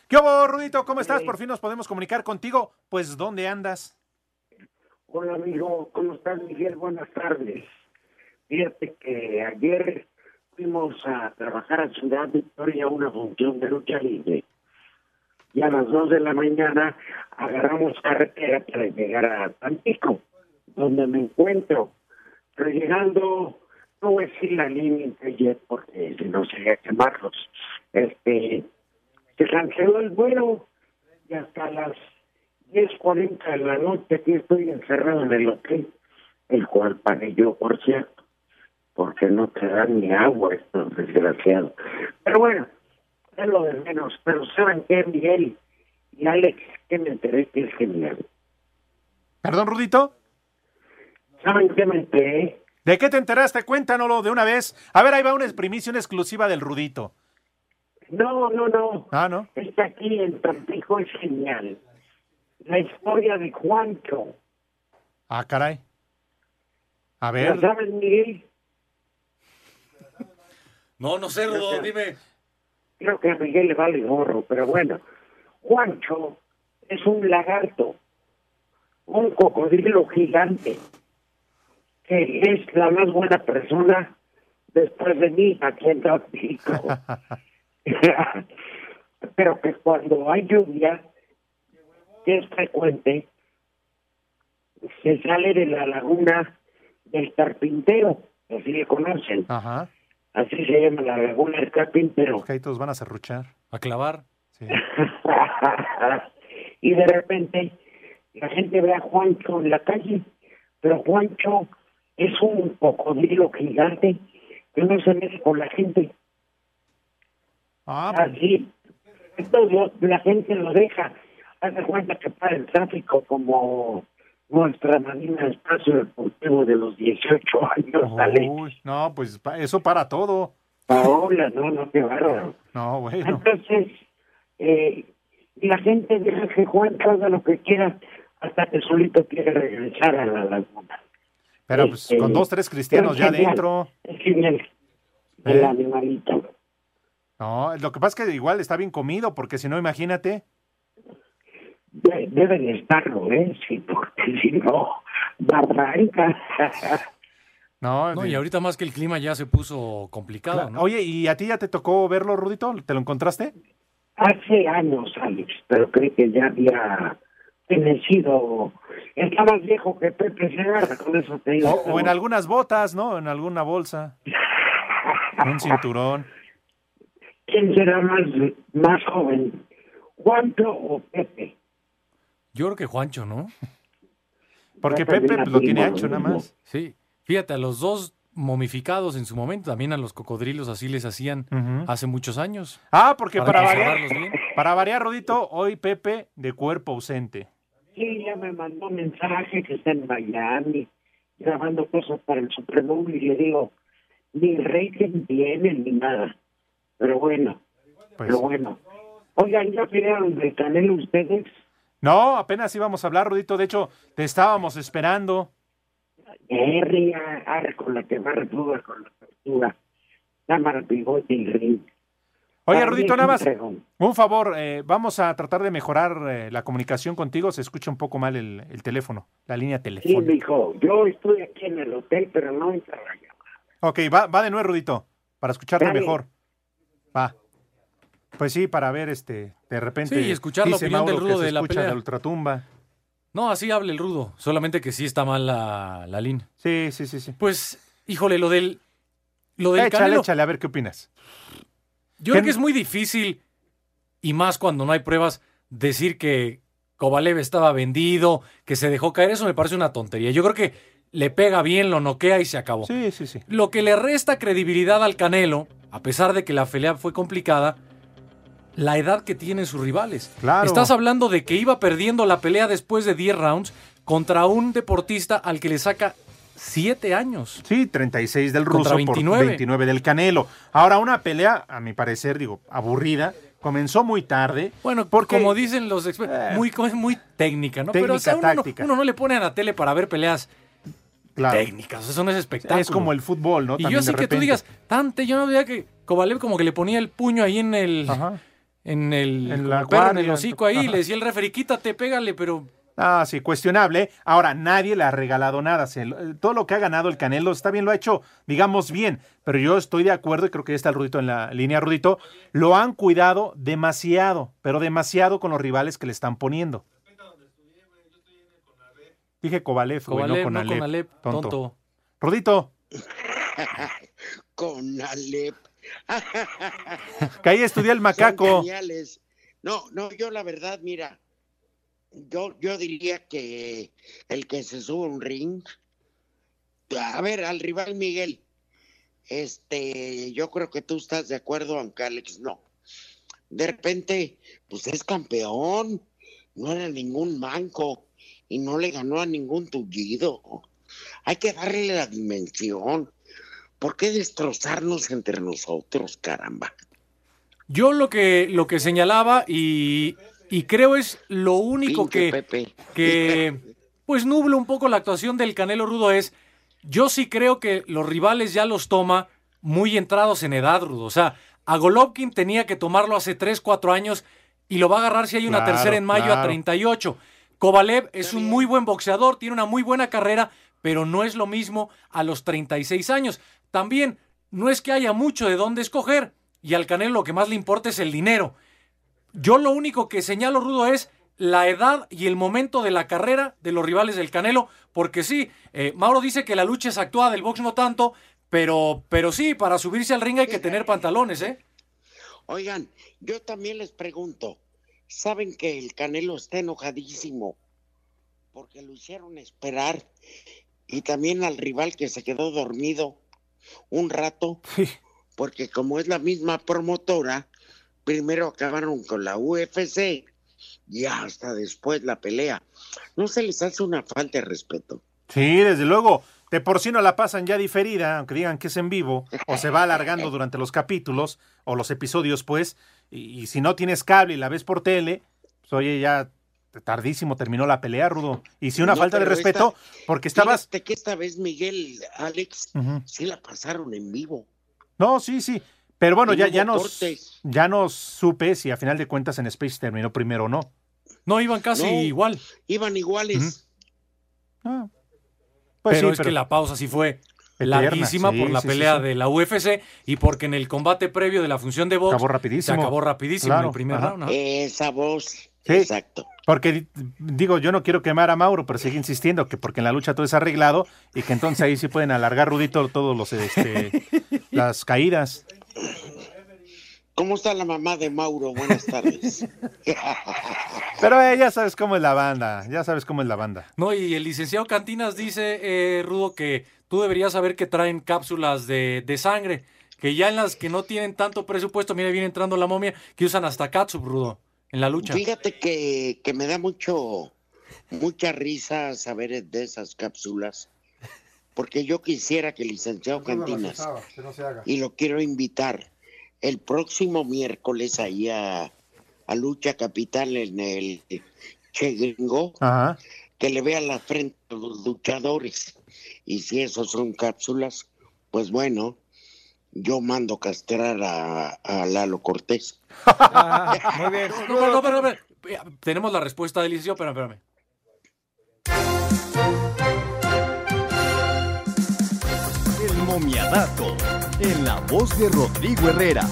B: ¿Qué hubo, Rudito? ¿Cómo estás? Por fin nos podemos comunicar contigo. Pues, ¿dónde andas?
G: Hola amigo, ¿cómo estás Miguel? Buenas tardes. Fíjate que ayer fuimos a trabajar a Ciudad Victoria una función de lucha libre. Y a las 2 de la mañana agarramos carretera para llegar a Tampico, donde me encuentro. Pero llegando, no voy a decir la línea ayer porque si no sería quemarlos. Este, se canceló el vuelo y hasta las 10.40 de la noche aquí estoy encerrado en el hotel, el cual pagué yo, por cierto, porque no te dan ni agua estos desgraciados.
R: (laughs)
G: Pero bueno, es lo de menos. Pero ¿saben qué, Miguel? Y Alex, que me enteré que es genial.
B: ¿Perdón, Rudito?
G: ¿Saben qué me enteré?
B: ¿De qué te enteraste? Cuéntanoslo de una vez. A ver, ahí va una primicia, una exclusiva del Rudito.
G: No, no, no.
B: Ah, ¿no?
G: Está aquí en Tampico, es genial. La historia de Juancho.
B: Ah, caray. A
G: ¿La
B: ver.
G: sabes, Miguel?
C: No, no sé, Rudo,
B: (laughs)
C: dime.
G: creo que a Miguel le vale gorro, pero bueno, Juancho es un lagarto, un cocodrilo gigante, que es la más buena persona después de mí aquí en Tampico.
B: (laughs)
G: (laughs) pero que cuando hay lluvia, que es frecuente, se sale de la laguna del carpintero, así le conocen.
B: Ajá.
G: Así se llama la laguna del carpintero.
B: Los caitos van a serruchar.
C: A clavar.
B: (laughs)
G: (laughs) y de repente la gente ve a Juancho en la calle, pero Juancho es un cocodrilo gigante que no se mete con la gente. Así, entonces lo- la gente lo deja, hace cuenta que para el tráfico como nuestra marina de espacio deportivo de los 18 años, sale
B: Uy, no, pues pa- eso para todo.
G: Paola, no, no, qué bárbaro.
B: No, bueno.
G: Entonces, eh, la gente deja que Juan haga lo que quiera hasta que solito quiere regresar a la laguna.
B: Pero pues
G: Este,
B: con dos, tres cristianos
G: pero
B: ya
G: es genial,
B: dentro.
G: Es genial.
B: ¿Eh?
G: El animalito.
B: No, lo que pasa es que igual está bien comido, porque si no, imagínate.
G: De- deben estarlo, ¿eh? Sí, porque (laughs) si no,
B: (laughs)
G: barranca.
B: No,
C: No, y ahorita más que el clima ya se puso complicado, ¿no?
B: Oye, ¿y a ti ya te tocó verlo, Rudito? ¿Te lo encontraste?
G: Hace años, Alex, pero creo que ya había fenecido. Está más viejo que Pepe Segarra, con eso te digo.
B: O, o en algunas botas, ¿no? En alguna bolsa. Un cinturón.
G: ¿Quién será más, más joven? ¿Juancho o Pepe?
C: Yo creo que Juancho, ¿no?
B: Porque Pepe, pues, lo tiene ancho nada más.
C: Sí. Fíjate, a los dos momificados en su momento, también a los cocodrilos así les hacían
B: Ujú.
C: hace muchos años.
B: Ah, porque para, variar,
C: conservarlos bien.
B: (laughs) para variar, Rudito, hoy Pepe de cuerpo ausente.
G: Sí, ya me mandó un mensaje que está en Miami grabando cosas para el Super Bowl y le digo, ni rating tiene ni nada. Pero bueno,
B: Pues
G: pero bueno. Oigan, ¿ya pidieron de Canelo ustedes?
B: No, apenas íbamos a hablar, Rudito. De hecho, te estábamos esperando.
G: R, R con la que va Arturo, con la tortuga. Cámara, bigote y ring.
B: Oye,
G: Para mí
B: Rudito,
G: es
B: nada
G: un
B: más.
G: fregón.
B: Un favor, eh, vamos a tratar de mejorar eh, la comunicación contigo. Se escucha un poco mal el, el teléfono, la línea
G: Sí,
B: telefónica.
G: dijo, yo estoy aquí en el hotel, pero no entra la llamada.
B: Ok, va, va de nuevo, Rudito, para escucharte
G: Dale.
B: mejor. Va. Pues sí, para ver, este, de repente.
C: Sí, y escuchar la
B: dice
C: opinión del
B: Mauro
C: rudo
B: que se
C: de la
B: escucha
C: pelea.
B: la ultratumba.
C: No, así habla el rudo. Solamente que sí está mal la, la línea.
B: Sí, sí, sí, sí.
C: Pues, híjole, lo del. Lo del
B: échale,
C: Canelo.
B: échale, a ver qué opinas.
C: Yo creo que es muy difícil, y más cuando no hay pruebas, decir que Kovalev estaba vendido, que se dejó caer. Eso me parece una tontería. Yo creo que le pega bien, lo noquea y se acabó.
B: Sí, sí, sí.
C: Lo que le resta credibilidad al Canelo, a pesar de que la pelea fue complicada, la edad que tienen sus rivales.
B: Claro.
C: Estás hablando de que iba perdiendo la pelea después de 10 rounds contra un deportista al que le saca 7 años.
B: Sí, 36 del ruso
C: Contra 29.
B: por 29 del Canelo. Ahora, una pelea, a mi parecer, digo, aburrida. Comenzó muy tarde.
C: Bueno,
B: porque
C: como dicen los expertos, muy, co- muy técnica, ¿no? Pero o sea,
B: Eh. Técnica,
C: uno, no-
B: táctica.
C: uno no le pone a la tele para ver peleas
B: Claro.
C: técnicas. Eso no es espectáculo.
B: Es como el fútbol, ¿no?
C: Y
B: También
C: yo
B: de
C: sí que tú
B: repente.
C: digas, Tante, yo no veía que Kovalev como que le ponía el puño ahí en el. En el.
B: En
C: como
B: la
C: el perro en el
B: guardia,
C: hocico ahí, y
B: ajá.
C: le decía el referee, quítate, pégale, pero.
B: Ah, sí, cuestionable. Ahora, nadie le ha regalado nada. Se lo- todo lo que ha ganado el Canelo está bien, lo ha hecho, digamos, bien. Pero yo estoy de acuerdo, y creo que ya está el Rudito en la línea, Rudito. Lo han cuidado demasiado, pero demasiado con los rivales que le están poniendo. Dije Kovalev, güey,
C: Kovalev,
B: no con
C: no
B: Alep.
C: Conalep,
B: tonto.
C: tonto.
B: Rudito,
G: (laughs)
S: Con Alep.
B: que ahí estudié el macaco.
S: Son geniales. No, no, yo la verdad, mira, yo, yo diría que el que se sube a un ring, a ver, al rival Miguel, este, yo creo que tú estás de acuerdo, aunque Alex no. De repente, pues es campeón, no era ningún manco y no le ganó a ningún tullido. Hay que darle la dimensión. ¿Por qué destrozarnos entre nosotros, caramba?
C: Yo lo que, lo que señalaba y, y creo es lo único que, que pues nubla un poco la actuación del Canelo Rudo es, yo sí creo que los rivales ya los toma muy entrados en edad, Rudo. O sea, a Golovkin tenía que tomarlo hace 3, 4 años y lo va a agarrar si hay una
T: Claro,
C: tercera en mayo a
T: claro.
C: 38. Kovalev es un muy buen boxeador, tiene una muy buena carrera, pero no es lo mismo a los 36 años. También no es que haya mucho de dónde escoger y al Canelo lo que más le importa es el dinero. Yo lo único que señalo, Rudo, es la edad y el momento de la carrera de los rivales del Canelo, porque sí, eh, Mauro dice que la lucha es actuada, el box no tanto, pero, pero sí, para subirse al ring hay que tener pantalones, ¿eh?
S: Oigan, yo también les pregunto, ¿saben que el Canelo está enojadísimo porque lo hicieron esperar y también al rival que se quedó dormido un rato? Porque como es la misma promotora, primero acabaron con la UFC y hasta después la pelea. ¿No se les hace una falta de respeto?
B: Sí, desde luego. De por sí no la pasan ya diferida, aunque digan que es en vivo, o se va alargando durante los capítulos o los episodios, pues. Y, y si no tienes cable y la ves por tele, pues oye, ya tardísimo terminó la pelea, Rudo. Y sí, una
S: No,
B: falta de
S: pero
B: respeto,
S: esta-
B: porque estabas.
S: Fíjate que esta vez, Miguel, Alex, sí la pasaron en vivo.
B: No, sí, sí. Pero bueno,
S: Y
B: ya,
S: hubo
B: ya, nos,
S: cortes.
B: ya nos supe si a final de cuentas en Space terminó primero o no.
C: No, iban casi
S: No.
C: igual.
S: Iban iguales.
B: Pues
C: pero
B: sí,
C: es
B: pero-
C: que la pausa sí fue
B: Eterna,
C: larguísima
B: sí,
C: por la
B: sí, sí,
C: pelea
B: sí.
C: de la UFC y porque en el combate previo de la función de box
B: Acabó rapidísimo.
C: se acabó rapidísimo
B: Claro,
C: el primer
B: ajá.
C: round. ajá.
S: Esa voz.
B: Sí,
S: Exacto.
B: Porque di- digo, yo no quiero quemar a Mauro, pero sigue insistiendo que porque en la lucha todo es arreglado y que entonces ahí sí pueden alargar Rudito todos los
C: (laughs)
B: este, las caídas.
S: ¿Cómo está la mamá de Mauro? Buenas tardes.
B: Pero eh, ya sabes cómo es la banda, ya sabes cómo es la banda.
C: No, y el licenciado Cantinas dice, eh, Rudo, que tú deberías saber que traen cápsulas de, de sangre, que ya en las que no tienen tanto presupuesto, mira, viene entrando la momia, que usan hasta catsup, Rudo, en la lucha. (laughs)
S: Fíjate que, que me da mucho, mucha risa saber de esas cápsulas, porque yo quisiera que el licenciado Cantinas, y lo quiero invitar el próximo miércoles ahí a, a Lucha Capital en el Che Gringo,
B: Ajá.
S: que le vea la frente a los luchadores. Y si esos son cápsulas, pues bueno, yo mando castrar a, a Lalo Cortés.
C: No, no, no, pero, pero, eh, tenemos la respuesta del licenciado, pero espérame.
F: El momiadato en la voz de Rodrigo Herrera.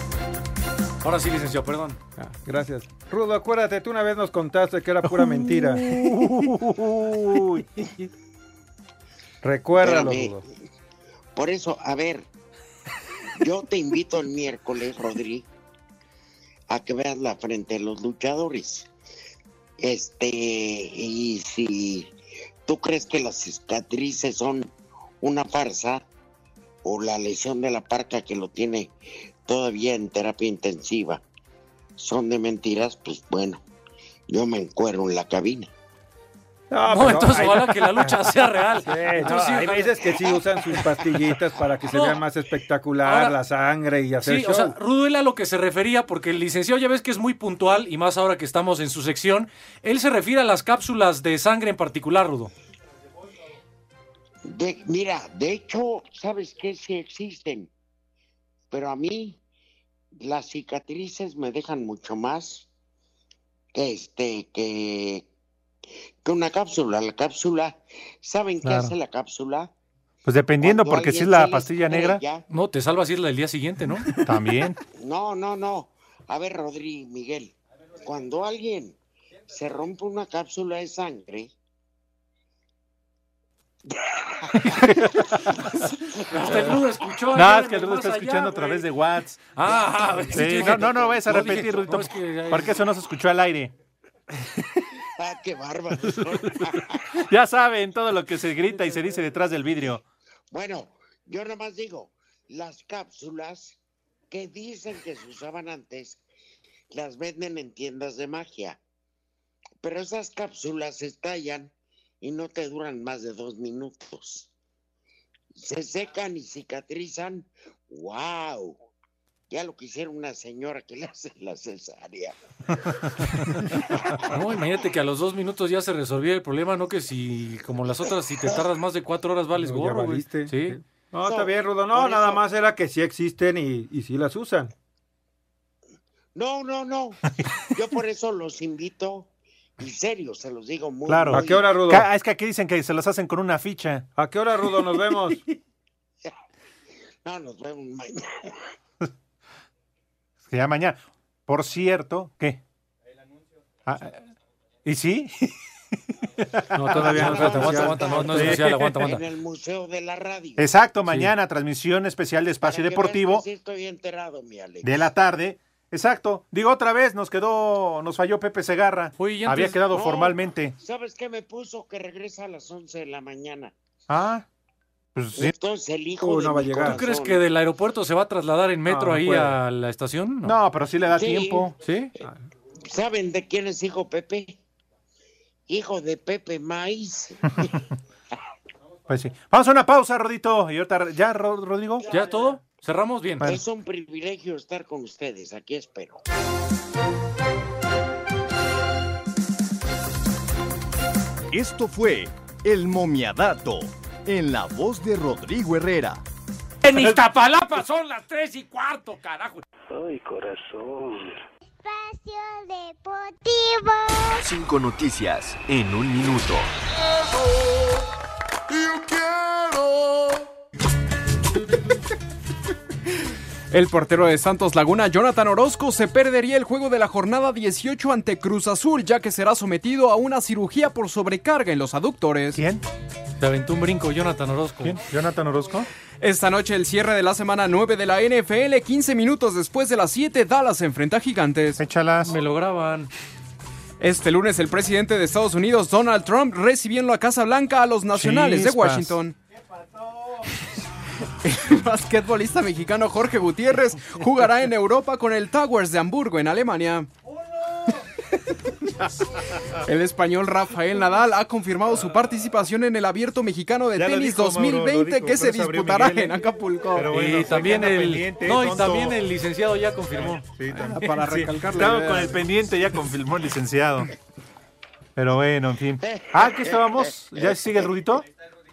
C: Ahora sí, licenciado, perdón.
E: Gracias. Rudo, acuérdate, tú una vez nos contaste que era pura mentira. Recuérdalo,
S: Espérame.
E: Rudo.
S: Por eso, a ver, yo te invito el miércoles, Rodri, a que veas la frente de los luchadores. Este, y si tú crees que las cicatrices son una farsa, o la lesión de la parca que lo tiene todavía en terapia intensiva, son de mentiras, pues bueno, yo me encuero en la cabina.
U: No,
C: No, entonces ojalá que la lucha sea real.
E: Sí,
C: Entonces,
E: no,
C: sí,
E: hay
C: ojalá.
E: veces que sí usan sus pastillitas para que se
C: No.
E: vea más espectacular
C: Ahora-
E: la sangre y hacer
C: Sí,
E: show.
C: o sea, Rudo era lo que se refería, porque el licenciado ya ves que es muy puntual, y más ahora que estamos en su sección, él se refiere a las cápsulas de sangre en particular, Rudo.
S: De- mira, de hecho, sabes que sí existen, pero a mí las cicatrices me dejan mucho más que este que, que una cápsula. La cápsula, ¿saben
B: Claro.
S: qué hace la cápsula?
B: Pues dependiendo,
S: Cuando
B: porque si es
S: alguien
B: la
S: se le
B: pastilla negra,
S: estrella-
C: No, te salvas irla el día siguiente, ¿no?
B: también.
S: No, no, no. A ver, Rodri, Miguel, cuando alguien se rompe una cápsula
B: (laughs)
S: de sangre. (laughs)
C: Hasta el Rudo escuchó.
B: No,
C: ayer
B: es que el
C: en
B: Rudo está
C: Más Allá,
B: escuchando a
C: güey.
B: través de Watts.
C: Ah,
B: Sí,
C: sí, dije-
B: no, no, no vayas a
C: no, dije,
B: repetir,
C: no,
B: Rudito,
C: es que-
B: porque eso no se escuchó al
S: (laughs)
B: aire. (laughs)
S: ¡Ah, qué bárbaro!
B: Ya saben todo lo que se grita y se dice detrás del vidrio.
S: Bueno, yo nomás digo, las cápsulas que dicen que se usaban antes, las venden en tiendas de magia. Pero esas cápsulas se estallan y no te duran más de dos minutos. Se secan y cicatrizan. ¡Wow! Ya lo quisiera una señora que le hace la cesárea.
C: No, imagínate que a los dos minutos ya se resolvía el problema, no que si, como las otras, si te tardas más de cuatro horas, vales
E: No, ya
C: gorro, güey.
E: valiste.
C: Sí.
B: ¿eh?
E: No, está bien, Rudo. No,
S: por
E: nada
S: eso-
E: más era que sí existen y, y sí las usan.
S: No, no, no. Yo por eso los invito. En serio, se los digo muy
B: Claro.
S: muy-
B: Ca- Es que aquí dicen que se los hacen con una ficha.
E: ¿A qué hora, Rudo? Nos vemos.
S: (laughs) No, nos vemos mañana.
B: Que ya mañana. Por cierto, ¿qué? Ah, ¿Y sí?
C: (laughs) No, todavía no, espérate, aguanta, aguanta, no, no es oficial, aguanta, aguanta.
S: En el Museo de la Radio.
B: Exacto, mañana transmisión especial de Espacio
S: Para que veas
B: Ah, Deportivo
S: que Sí, estoy enterado, mi Alex.
B: de la tarde. Exacto, digo otra vez, nos quedó, nos falló Pepe Segarra.
S: y antes-
B: Había quedado
S: No.
B: formalmente.
S: ¿Sabes qué me puso? Que regresa a las 11 de la mañana.
B: Ah, pues sí.
S: Entonces el hijo de mi
C: ¿Tú
S: corazón-
C: crees que del aeropuerto se va a trasladar en metro
B: No, no
C: ahí
B: puede.
C: a la estación?
B: Ah, pues. No, pero sí le da
S: Sí.
B: tiempo. Ah,
C: ¿Sí?
S: ¿Saben de quién es hijo Pepe? Hijo de Pepe Maiz.
B: Pues sí. Vamos a una pausa, Rodito. Y ahorita, ¿ya, Ro- Rodrigo?
S: ¿Ya
C: todo? ¿Cerramos bien?
S: Es un privilegio estar con ustedes. Aquí espero.
F: Esto fue El Momiadato en la voz de Rodrigo Herrera.
C: En Iztapalapa son las tres y cuarto, carajo.
G: Ay, corazón.
U: Cinco noticias en un minuto.
G: Yo quiero.
O: El portero de Santos Laguna, Jonathan Orozco, se perdería el juego de la jornada 18 ante Cruz Azul, ya que será sometido a una cirugía por sobrecarga en los aductores.
B: ¿Quién?
C: Te aventó un brinco Jonathan Orozco. ¿Quién?
B: ¿Jonathan Orozco?
O: Esta noche el cierre de la semana 9 de la NFL, 15 minutos después de las 7, Dallas se enfrenta a Gigantes.
B: Échalas.
C: Me lo graban.
O: Este lunes el presidente de Estados Unidos, Donald Trump, recibió en la Casa Blanca a los nacionales de
C: Chispas.
O: Washington. El (laughs) basquetbolista mexicano Jorge Gutiérrez jugará en Europa con el Towers de Hamburgo en Alemania. El español Rafael Nadal ha confirmado su participación en el Abierto Mexicano de
C: Ya lo
O: Tenis
C: dijo, Mauro, lo
O: 2020
C: dijo,
O: que se
C: pero se abrió
O: disputará
C: Miguel, ¿eh?
O: en Acapulco.
C: y también el, no, y también el licenciado ya confirmó.
B: Ah,
O: Ah, Para
B: Sí,
O: recalcar la
B: Estaba
O: idea.
B: con el pendiente, ya confirmó el licenciado. Pero bueno, en fin. Ah, ¿qué estábamos?
S: Eh,
B: ¿Ya sigue el Rudito?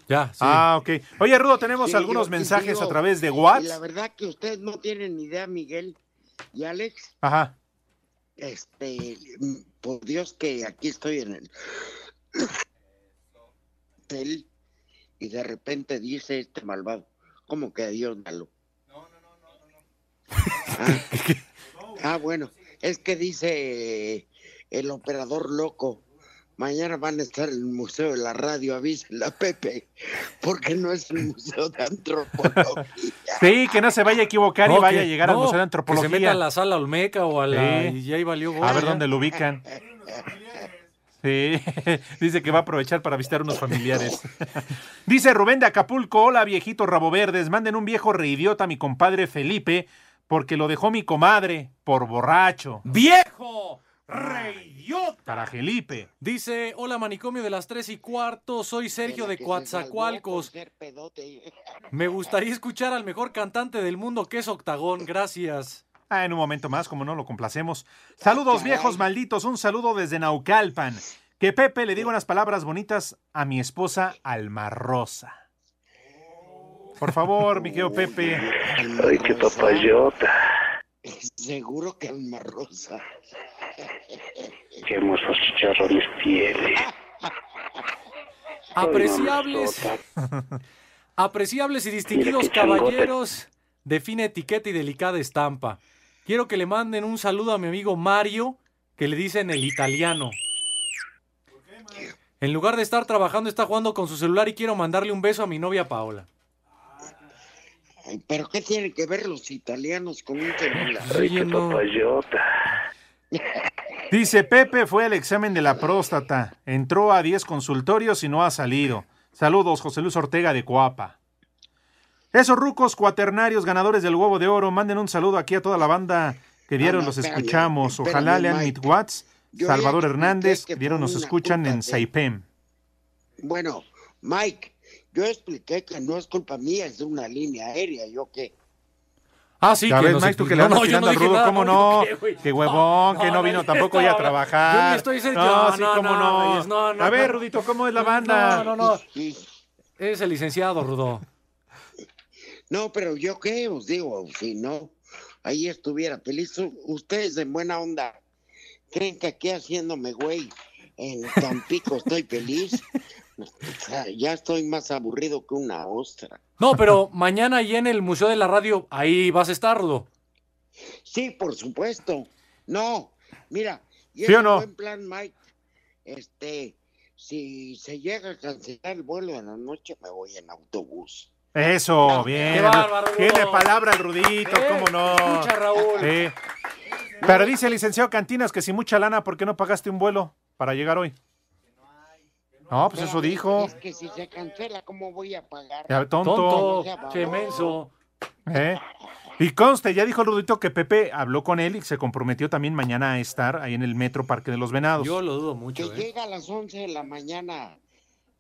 C: Ya, sí.
B: Ah, ok. Oye, Rudo, tenemos
S: Sí,
B: algunos
S: yo
B: mensajes
S: digo,
B: a través de
S: La
B: WhatsApp.
S: verdad que ustedes no tienen ni idea, Miguel y Alex.
B: Ajá.
S: Este, mm, por Dios que aquí estoy en el hotel y de repente dice este malvado, ¿cómo que Dios malo? No, no, no, no, no. Ah, ah, bueno, es que dice el operador loco. Mañana van a estar en el Museo de la Radio, avísenla, Pepe, porque no es un museo de antropología.
B: Sí, que no se vaya a equivocar y
C: No,
B: vaya a
C: que-
B: llegar al
C: no,
B: Museo de
C: Que se meta a la
B: Antropología.
C: sala Olmeca o a la.
B: Sí.
C: Y ya ahí valió
B: A
C: gorro,
B: ver
C: ya.
B: dónde lo ubican. Sí, (laughs) dice que va a aprovechar para visitar unos familiares. (laughs) dice Rubén de Acapulco, hola viejitos raboverdes, manden un viejo reidiota a mi compadre Felipe porque lo dejó mi comadre por borracho.
C: ¡Viejo! ¡Reidiota!
B: Para Felipe.
C: Dice: Hola, manicomio de las tres y cuarto. Soy Sergio de Coatzacoalcos.
G: ¿eh?
C: Me gustaría escuchar al mejor cantante del mundo que es Octagón. Gracias.
B: Ah, en un momento más, como no lo complacemos. Saludos viejos malditos, un saludo desde Naucalpan. Que Pepe le diga unas palabras bonitas a mi esposa Alma Rosa. Por favor, mi querido Pepe.
G: Ay, qué papayota. Seguro que Alma Rosa.
T: Qué hermosos chicharrones tiene.
C: Apreciables. Apreciables y distinguidos
T: Mira qué changote.
C: caballeros de fina etiqueta y delicada estampa. Quiero que le manden un saludo a mi amigo Mario, que le dicen el italiano. En lugar de estar trabajando, está jugando con su celular y quiero mandarle un beso a mi novia Paola.
S: Ay, ¿Pero qué tienen que ver los italianos con un celular?
T: Ay, qué papayota.
B: Dice Pepe fue al examen de la próstata. Entró a 10 consultorios y no ha salido. Saludos, José Luis Ortega de Coapa. Esos rucos cuaternarios ganadores del huevo de oro, manden un saludo aquí a toda la banda que dieron
T: no,
B: los
T: espérame,
B: escuchamos.
T: espérame,
B: Ojalá lean
T: Mike.
B: Mitwatz,
T: Yo ya
B: Salvador
T: expliqué
B: Hernández,
T: que
B: que dieron
T: fue
B: nos
T: una
B: escuchan
T: culpa
B: en
T: de-
B: Saipem.
S: Bueno, Mike, yo expliqué que no es culpa mía, es de una línea aérea, ¿yo qué?
C: Ah, sí,
B: Ya
C: que
B: ves,
C: nos
B: Mike, tú que
C: expli-
B: le
C: No,
B: andas
C: no, yo
B: tirando
C: no
B: al
C: dije
B: rudo,
C: nada,
B: ¿cómo
C: no, (laughs)
B: no?
C: yo qué, güey.
B: Qué huevón, que
C: no,
B: no vino
C: no,
B: tampoco ya a
C: no,
B: trabajar.
C: yo ni estoy cerca,
B: No,
C: no,
B: sí,
C: no,
B: cómo
C: no,
B: no.
C: Reyes, no, no,
B: a ver,
C: no.
B: Rudito, ¿cómo es la banda?
C: No, no, no. Es el licenciado, Rudo.
S: No, pero yo qué, os digo, si no, ahí estuviera feliz. U- Ustedes en buena onda, ¿creen que aquí haciéndome güey en Tampico estoy feliz? O sea, ya estoy más aburrido que una ostra.
C: No,
B: (laughs)
C: pero mañana y en el Museo de la Radio, ahí vas a estar, Rudo.
S: Sí, por supuesto. No, mira, y
C: ¿Sí
S: es
C: o no?
S: un buen plan, Mike. Este, si se llega a cancelar el vuelo en la noche, me voy en autobús.
B: Eso, bien.
S: qué bárbaro, Rudo.
B: Tiene palabra el Rudito,
S: Sí,
B: cómo no.
S: escucha, Raúl.
B: Sí. Pero dice el licenciado Cantinas que si mucha lana, ¿por qué no pagaste un vuelo para llegar hoy? No, pues eso dijo.
S: Es que si se cancela, ¿cómo voy a pagar?
B: Ya, tonto. Tonto, che, menso. ¿eh? Y conste, ya dijo el Rudito que Pepe habló con él y se comprometió también mañana a estar ahí en el Metro Parque de los Venados.
C: Yo lo dudo
S: Que
C: mucho, ¿eh?
S: llega a las 11 de la mañana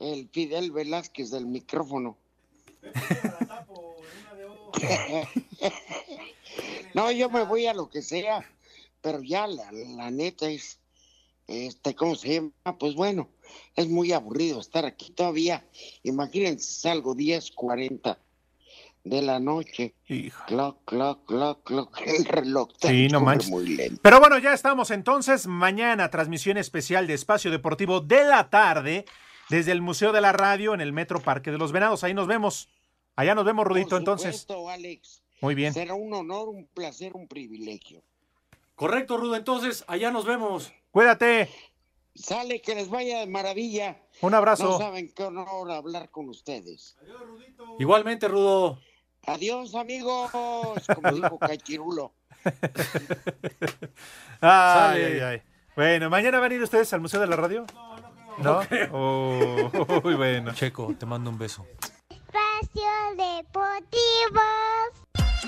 S: el Fidel Velázquez del micrófono. (laughs) no, yo me voy a lo que sea, pero ya la, la neta es, este, ¿cómo se llama? Pues bueno, es muy aburrido estar aquí todavía. Imagínense, salgo 10.40 de la noche. Clock, clock, clock, clock, (laughs) el reloj.
B: Sí, no
S: corre
B: manches.
S: Muy lento.
B: Pero bueno, ya estamos entonces. Mañana, transmisión especial de Espacio Deportivo de la tarde desde el Museo de la Radio en el Metro Parque de los Venados. Ahí nos vemos. Allá nos vemos, Rudito, entonces.
S: Supuesto, Alex.
B: Muy bien.
S: Será un honor, un placer, un privilegio.
C: Correcto, Rudo. Entonces, allá nos vemos.
B: Cuídate.
S: Sale, que les vaya de maravilla.
B: Un abrazo.
S: No saben qué honor hablar con ustedes.
C: Igualmente, Rudo.
S: Adiós, amigos.
B: (laughs)
S: Como dijo Cachirulo.
B: Ay,
S: Sale.
B: ay, ay. Bueno, ¿mañana van a ir ustedes al Museo de la Radio? No, no creo. ¿No? Oh, (laughs) uy, bueno.
C: Checo, te mando un beso.
I: Espacio Deportivo.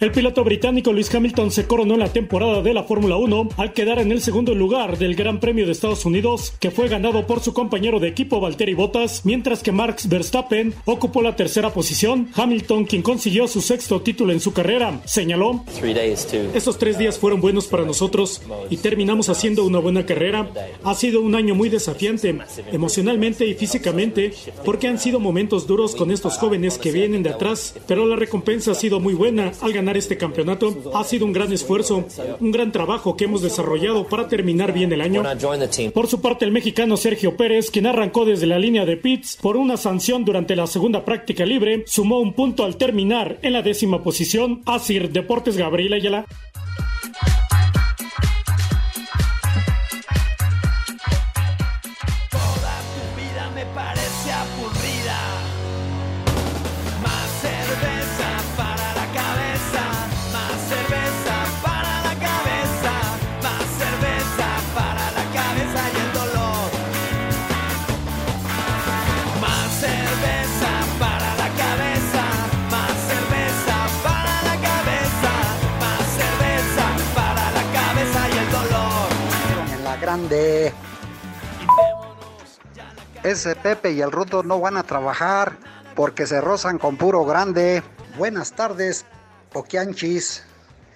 V: El piloto británico Lewis Hamilton se coronó en la temporada de la Fórmula 1 al quedar en el segundo lugar del Gran Premio de Estados Unidos, que fue ganado por su compañero de equipo Valtteri Bottas, mientras que Max Verstappen ocupó la tercera posición. Hamilton, quien consiguió su sexto título en su carrera, señaló: Estos tres días fueron buenos para nosotros y terminamos haciendo una buena carrera. Ha sido un año muy desafiante, emocionalmente y físicamente, porque han sido momentos duros con estos jóvenes que vienen de atrás, pero la recompensa ha sido muy buena al ganar este campeonato. Ha sido un gran esfuerzo, un gran trabajo que hemos desarrollado para terminar bien el año. Por su parte, el mexicano Sergio Pérez, quien arrancó desde la línea de pits por una sanción durante la segunda práctica libre, sumó un punto al terminar en la décima posición. Asir Deportes Gabriela Ayala.
R: vida me parece aburrida. Más cerveza para la cabeza, más cerveza para la cabeza, más cerveza para la cabeza y el dolor. Más cerveza para la cabeza, más cerveza para la cabeza, más cerveza para la cabeza y el dolor.
W: en la grande. Ese Pepe y el Rudo no van a trabajar porque se rozan con puro grande. Buenas tardes, Poquianchis.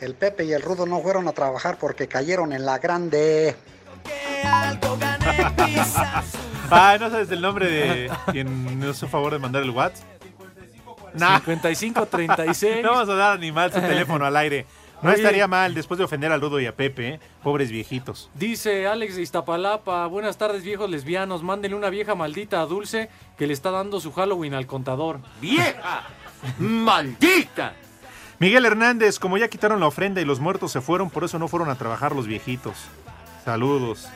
W: El Pepe y el Rudo no fueron a trabajar porque cayeron en la grande.
B: Ay, Ah, ¿no sabes el nombre de quien nos hizo favor de mandar el WhatsApp?
C: 55 36.
B: No vamos a dar ni mal su teléfono al aire. No
C: Oye.
B: estaría mal después de ofender al Rudo y a Pepe, ¿eh? pobres viejitos.
C: Dice Alex de Iztapalapa, buenas tardes viejos lesbianos, mándenle una vieja maldita a Dulce que le está dando su Halloween al contador. ¡Vieja! ¡Maldita!
B: Miguel Hernández, como ya quitaron la ofrenda y los muertos se fueron, por eso no fueron a trabajar los viejitos. Saludos.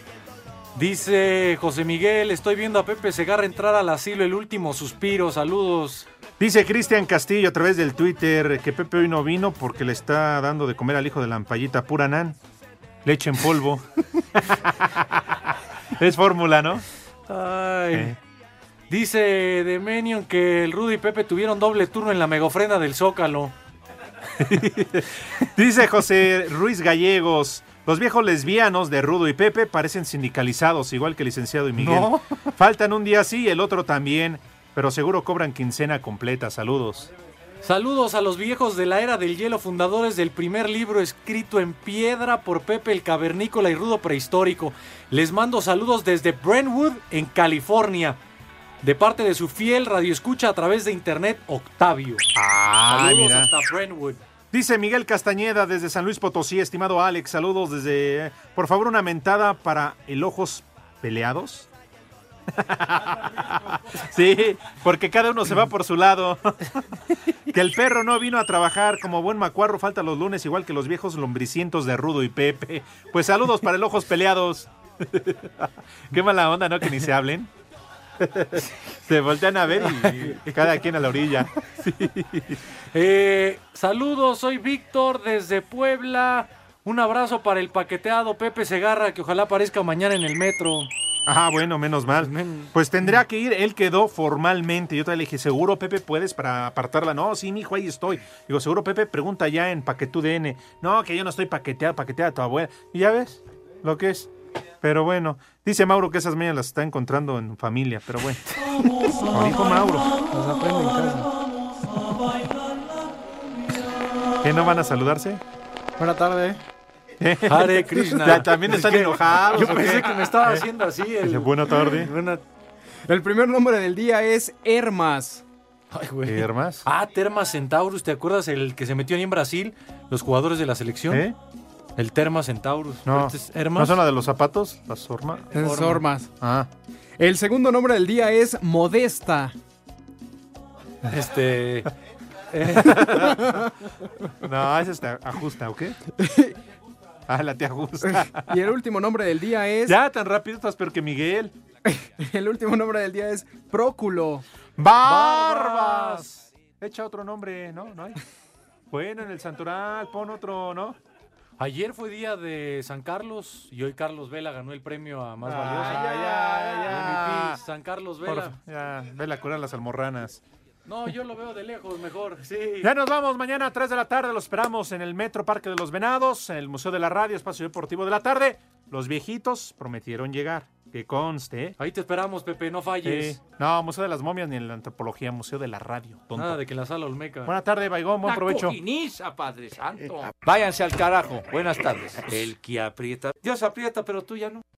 C: Dice José Miguel, estoy viendo a Pepe Segarra entrar al asilo el último suspiro, saludos.
B: Dice Cristian Castillo a través del Twitter que Pepe hoy no vino porque le está dando de comer al hijo de la ampallita pura nan. Leche en polvo. es fórmula, ¿no?
C: Ay. Dice Demenion que el Rudy y Pepe tuvieron doble turno en la megofrena del Zócalo.
B: Dice José Ruiz Gallegos. Los viejos lesbianos de Rudo y Pepe parecen sindicalizados, igual que el licenciado y Miguel.
C: No.
B: Faltan un día sí y el otro también, pero seguro cobran quincena completa. Saludos.
C: Saludos a los viejos de la era del hielo, fundadores del primer libro escrito en piedra por Pepe el Cavernícola y Rudo Prehistórico. Les mando saludos desde Brentwood, en California, de parte de su fiel radioescucha a través de internet, Octavio. saludos
B: mira.
C: hasta Brentwood.
B: Dice Miguel Castañeda desde San Luis Potosí, estimado Alex, saludos desde... Por favor, una mentada para el Ojos Peleados. (laughs) Sí, porque cada uno se va por su lado. (laughs) Que el perro no vino a trabajar como buen macuarro falta los lunes igual que los viejos lombricientos de Rudo y Pepe. Pues saludos para el ojos peleados. (laughs) Qué mala onda, ¿no? Que ni se hablen. (laughs) Se voltean a ver y, y cada quien a la orilla.
C: Eh, saludos, soy Víctor desde Puebla. Un abrazo para el paqueteado Pepe Segarra, que ojalá aparezca mañana en el metro.
B: Ah, bueno, menos mal. Pues tendría que ir, él quedó formalmente. Yo todavía le dije, seguro Pepe puedes para apartarla. No, sí, mijo, ahí estoy. Digo, seguro Pepe pregunta ya en Paquetú DN. No, que yo no estoy paqueteado, paqueteada a tu abuela. Y ya ves lo que es. Pero bueno, dice Mauro que esas medias las está encontrando en familia, pero bueno. Como dijo Mauro.
H: Las aprende en casa.
B: ¿Que no van a saludarse? ¿Eh?
H: Buena tarde.
C: (laughs)
B: (laughs)
C: Hare Krishna.
B: Ya, También están
C: Es que
B: enojados.
C: Yo
B: ¿o qué? ¿Eh?
C: pensé que me estaba haciendo así. El...
B: Dice, Buena tarde.
H: El primer nombre del día es Hermas.
C: Ay, güey.
B: ¿Termas?
C: Ah, Termas Centaurus. ¿Te acuerdas el que se metió ahí en Brasil? Los jugadores de la selección.
B: ¿Eh?
C: El Termas Centaurus.
B: No.
C: Este es Hermas.
B: ¿No son la de los zapatos? ¿Las ormas?
H: Es Ormas.
B: Ah.
H: El segundo nombre del día es Modesta.
C: Este.
O: (laughs)
B: (laughs) No, ese está ajusta,
H: (laughs)
B: ¿o qué? Ah, la te ajusta.
H: y el último nombre del día es.
B: Ya, tan rápido estás peor que Miguel.
H: (laughs) El último nombre del día es Próculo.
B: ¡Barbas! Echa otro nombre, ¿no? ¿No hay? Bueno, en el Santoral, pon otro, ¿no?
C: Ayer fue día de San Carlos y hoy Carlos Vela ganó el premio a más
B: Ah,
C: valioso.
B: ya, ya, ya.
C: MVP, San Carlos Pues Vela.
B: Por- ya, vela a curar las almorranas.
C: No, yo lo veo de lejos mejor. Sí.
B: Ya nos vamos mañana a 3 de la tarde. Los esperamos en el Metro Parque de los Venados, en el Museo de la Radio, Espacio Deportivo de la Tarde. Los viejitos prometieron llegar. Que conste. ¿eh?
C: Ahí te esperamos, Pepe, no falles.
B: Sí. No, Museo de las Momias ni en la Antropología, Museo de la Radio. tonto.
C: Nada de que en la sala Olmeca. Eh,
B: Buena tarde, Baigón. Buen
C: La
B: provecho.
C: Padre Santo.
A: Váyanse al carajo. Buenas tardes. El que aprieta.
C: Dios aprieta, pero tú ya no.